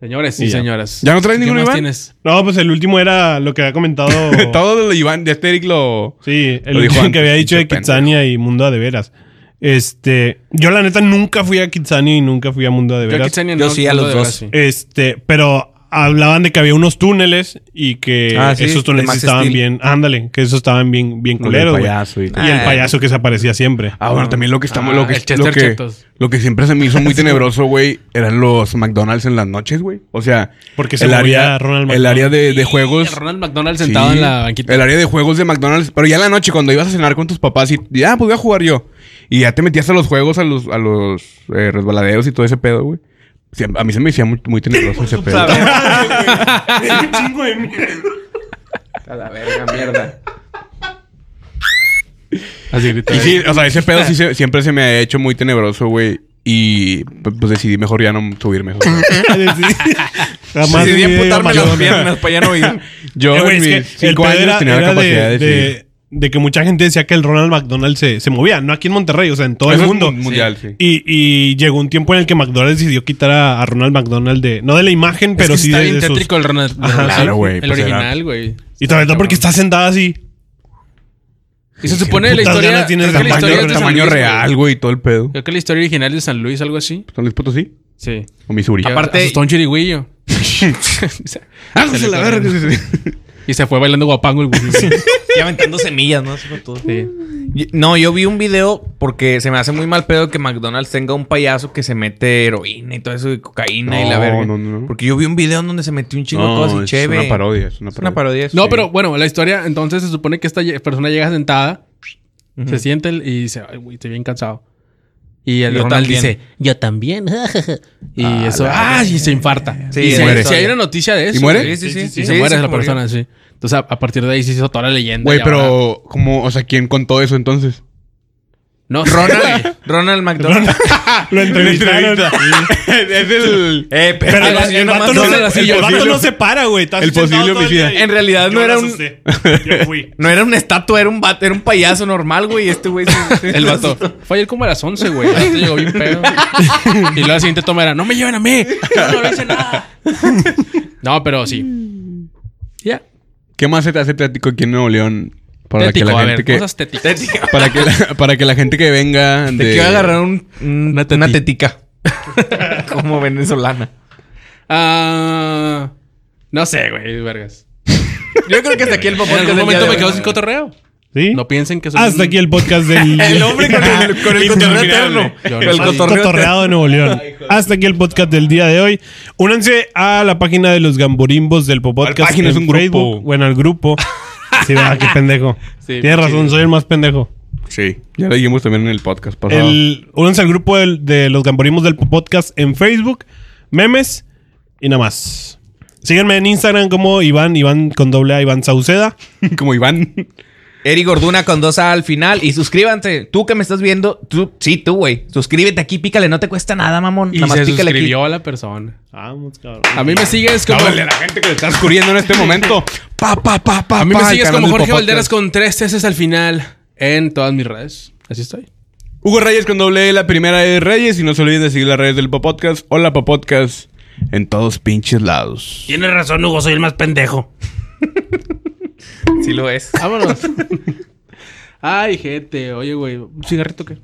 Speaker 3: Señores y,
Speaker 1: Y ya.
Speaker 3: señoras.
Speaker 4: ¿Ya no traes
Speaker 3: ¿Qué
Speaker 4: ninguno,
Speaker 3: más
Speaker 4: Iván?
Speaker 3: tienes?
Speaker 1: No, pues el último era lo que había comentado.
Speaker 4: Todo lo de Iván de Asterix lo.
Speaker 1: Sí, el
Speaker 4: Lo dijo
Speaker 1: último
Speaker 4: antes,
Speaker 1: que había dicho de
Speaker 4: pinche
Speaker 1: Kitsania y Mundo de Veras. Este, yo la neta nunca fui a Kitsania y nunca fui a Mundo de
Speaker 3: Yo,
Speaker 1: Veras.
Speaker 3: Kitsania
Speaker 2: Yo
Speaker 3: no,
Speaker 2: sí a
Speaker 3: no
Speaker 2: los
Speaker 3: de veras,
Speaker 2: dos.
Speaker 3: sí.
Speaker 1: Este, pero hablaban de que había unos túneles y que
Speaker 2: Ah, sí,
Speaker 1: esos
Speaker 2: de
Speaker 1: túneles
Speaker 2: Max
Speaker 1: estaban
Speaker 2: Steel.
Speaker 1: bien, ándale, que esos estaban bien, bien
Speaker 4: Con el
Speaker 1: culeros, güey.
Speaker 4: payaso y-
Speaker 1: Y el
Speaker 2: Ah.
Speaker 1: payaso que se aparecía siempre.
Speaker 4: Ah, bueno, también lo que estamos,
Speaker 3: Ah,
Speaker 4: lo, que,
Speaker 3: el Chester
Speaker 4: lo, que,
Speaker 3: Chetos.
Speaker 4: lo que siempre se me hizo muy tenebroso, güey, eran los McDonald's en las noches, güey. O sea,
Speaker 1: Porque se
Speaker 4: el
Speaker 1: movía
Speaker 4: área,
Speaker 1: Ronald
Speaker 4: el
Speaker 1: McDonald.
Speaker 4: área de, de juegos.
Speaker 3: Sí, Ronald McDonald sentado
Speaker 4: pues, Sí,
Speaker 3: en la banquita.
Speaker 4: El área de juegos de McDonald's. Pero ya en la noche, cuando ibas a cenar con tus papás y ya, ah, pues voy a jugar yo. Y ya te metías a los juegos, a los, a los eh, resbaladeros y todo ese pedo, güey. Sí, a mí se me hacía muy, muy tenebroso ese pedo.
Speaker 2: A la verga, mierda.
Speaker 3: Así gritaba.
Speaker 4: Y sí, o sea, ese pedo sí se- siempre se me ha hecho muy tenebroso, güey. Y pues decidí mejor ya no subirme. o sea.
Speaker 1: Jamás
Speaker 2: Decidí
Speaker 1: en mi vida iba a
Speaker 2: amputarme las
Speaker 1: Maradona.
Speaker 2: piernas para ya no ir.
Speaker 4: Yo
Speaker 1: Eh, güey,
Speaker 4: en
Speaker 1: es que
Speaker 4: mis cinco
Speaker 1: el pedo
Speaker 4: años
Speaker 1: era-
Speaker 4: tenía la
Speaker 1: era de-
Speaker 4: capacidad de,
Speaker 1: de, de que mucha gente decía que el Ronald McDonald se, se movía, no aquí en Monterrey, o sea, en todo
Speaker 4: Eso
Speaker 1: el
Speaker 4: es
Speaker 1: mundo.
Speaker 4: mu- mundial, sí.
Speaker 1: Y, y llegó un tiempo en el que McDonald's decidió quitar a, a Ronald McDonald de, no de la imagen, pero
Speaker 3: Es que
Speaker 1: sí
Speaker 3: está
Speaker 1: de,
Speaker 3: bien
Speaker 1: de sus-
Speaker 3: tétrico el Ronald.
Speaker 1: Ajá,
Speaker 3: McDonald.
Speaker 4: claro, güey,
Speaker 3: El
Speaker 4: pues era-
Speaker 3: original, güey.
Speaker 1: Y sobre todo
Speaker 4: Ah,
Speaker 1: porque está sentada así.
Speaker 3: Y se supone la
Speaker 1: putas
Speaker 3: historia.
Speaker 1: ganas tiene
Speaker 3: Creo que
Speaker 1: tamaño-
Speaker 3: la historia es
Speaker 4: Tamaño,
Speaker 3: de San
Speaker 4: tamaño
Speaker 3: Luis, güey.
Speaker 4: real, güey, y todo el pedo.
Speaker 3: Creo que la historia original es de San Luis, algo así.
Speaker 4: ¿San Luis Potosí?
Speaker 3: Sí.
Speaker 4: ¿O Missouri?
Speaker 2: Aparte-
Speaker 3: Asustó a un chirigüillo.
Speaker 4: ¡Hágase la verga!
Speaker 3: Y se fue bailando guapango el güey.
Speaker 2: Y aventando semillas, ¿no? Así con todo. Y- No, yo vi un video porque se me hace muy mal pedo que McDonald's tenga un payaso que se mete heroína y todo eso, y cocaína y la
Speaker 4: No,
Speaker 2: verga.
Speaker 4: no, no, no.
Speaker 2: Porque yo vi un video en donde se metió un chingo de
Speaker 4: No,
Speaker 2: cosas y
Speaker 4: es
Speaker 2: chévere.
Speaker 4: una parodia. Es una
Speaker 2: Es una
Speaker 4: parodia.
Speaker 2: parodia. eso.
Speaker 3: No, pero bueno, la historia, entonces se supone que esta ye- persona llega sentada, se siente el- y dice, ay, güey, estoy bien cansado. Y el
Speaker 2: Yo
Speaker 3: Ronald
Speaker 2: también.
Speaker 3: dice, yo también. y eso, ah, y se infarta.
Speaker 2: Sí,
Speaker 3: y
Speaker 2: es
Speaker 3: se-
Speaker 2: muere.
Speaker 3: si hay una noticia de eso.
Speaker 4: ¿Y muere?
Speaker 3: güey.
Speaker 2: Sí, sí, sí.
Speaker 3: Y
Speaker 2: Sí,
Speaker 3: se
Speaker 2: sí,
Speaker 3: muere
Speaker 2: se
Speaker 3: la
Speaker 2: murió.
Speaker 3: persona, sí. Entonces, a, a partir de ahí se hizo toda la leyenda.
Speaker 4: Güey,
Speaker 3: y ahora-
Speaker 4: pero... ¿Cómo? O sea, ¿quién contó eso entonces?
Speaker 3: No,
Speaker 2: Ronald, Ronald McDonald.
Speaker 1: Lo entrevistaron.
Speaker 4: es el...
Speaker 2: Eh, pe-
Speaker 1: Pero el,
Speaker 2: yo
Speaker 1: el
Speaker 2: nomás
Speaker 1: vato, no,
Speaker 2: doble
Speaker 1: se-
Speaker 2: la
Speaker 1: el
Speaker 2: silla,
Speaker 1: vato
Speaker 2: posible-
Speaker 1: no se para, güey. Está
Speaker 4: El
Speaker 1: sentado
Speaker 4: posible
Speaker 1: todo el día
Speaker 4: homicida.
Speaker 1: y-
Speaker 2: En realidad
Speaker 1: yo
Speaker 2: no
Speaker 1: me
Speaker 2: era un-
Speaker 1: asusté. Yo fui.
Speaker 2: No era un estatua, era un vato, era un payaso normal, güey. y Este güey. se-
Speaker 3: El vato. Fue ayer como a las 11, güey. Este llegó bien pedo. y luego la siguiente toma era, no me lleven a mí. Yo no le hice nada. no, pero sí. Ya.
Speaker 4: ¿Qué más se te hace tético aquí en Nuevo León? Para
Speaker 3: Tético,
Speaker 4: que la
Speaker 3: a
Speaker 4: gente
Speaker 3: ver,
Speaker 4: que...
Speaker 3: cosas téticas.
Speaker 4: Para que, la, para que la gente que venga de...
Speaker 2: Te quiero agarrar un- un- una, tetica. Como venezolana.
Speaker 3: Ah, no sé, güey, vergas.
Speaker 2: Yo creo que hasta aquí el
Speaker 3: En
Speaker 2: podcast del
Speaker 3: algún
Speaker 2: día
Speaker 3: momento
Speaker 2: de
Speaker 3: me
Speaker 2: hoy.
Speaker 3: quedo sin cotorreo.
Speaker 1: ¿Sí?
Speaker 3: No piensen que soy
Speaker 1: Hasta
Speaker 3: un-
Speaker 1: aquí el podcast del...
Speaker 2: El hombre con el, con el cotorreo
Speaker 1: Interminable.
Speaker 2: eterno.
Speaker 3: Yo
Speaker 2: El
Speaker 3: no.
Speaker 2: cotorreo eterno.
Speaker 1: Cotorreado de Nuevo León. Hasta aquí el podcast del día de hoy. Únanse a la página de los Gamborimbos del Popodcast.
Speaker 4: ¿Cuál página?
Speaker 1: en
Speaker 4: Es un grupo.
Speaker 1: Facebook. Bueno, al grupo. Sí, va, qué pendejo.
Speaker 3: Sí,
Speaker 1: Tienes razón, soy el más pendejo.
Speaker 4: Sí. Ya lo dijimos también en el podcast pasado.
Speaker 1: El, únanse al grupo del- de los Gamborimbos del Popodcast en Facebook, memes y nada más. Síganme en Instagram como Iván, Iván con doble A, Iván Sauceda.
Speaker 4: Como Iván.
Speaker 2: Eri Gorduna con dos A al final. Y suscríbanse. Tú que me estás viendo, tú, sí, tú, güey. Suscríbete aquí, pícale. No te cuesta nada, mamón.
Speaker 3: Y
Speaker 2: nada más
Speaker 3: se
Speaker 2: pícale
Speaker 3: suscribió a la persona.
Speaker 1: Vamos, cabrón.
Speaker 3: A mí me sigues como...
Speaker 4: Háblale a la gente que le está escurriendo en este momento. Pa, pa, pa, pa,
Speaker 3: A mí me
Speaker 4: pa,
Speaker 3: sigues
Speaker 4: el
Speaker 3: como
Speaker 4: canal del
Speaker 3: Jorge
Speaker 4: Popodcast.
Speaker 3: Valderas con tres tesis al final en todas mis redes. Así estoy.
Speaker 4: Hugo Reyes con doble E, la primera E de Reyes. Y no se olviden de seguir las redes del Popodcast. Hola, Popodcast. En todos pinches lados.
Speaker 5: Tienes razón, Hugo, soy el más pendejo.
Speaker 2: aquí. Sí lo es.
Speaker 3: Vámonos. Ay, gente. Oye, güey. ¿Un cigarrito qué?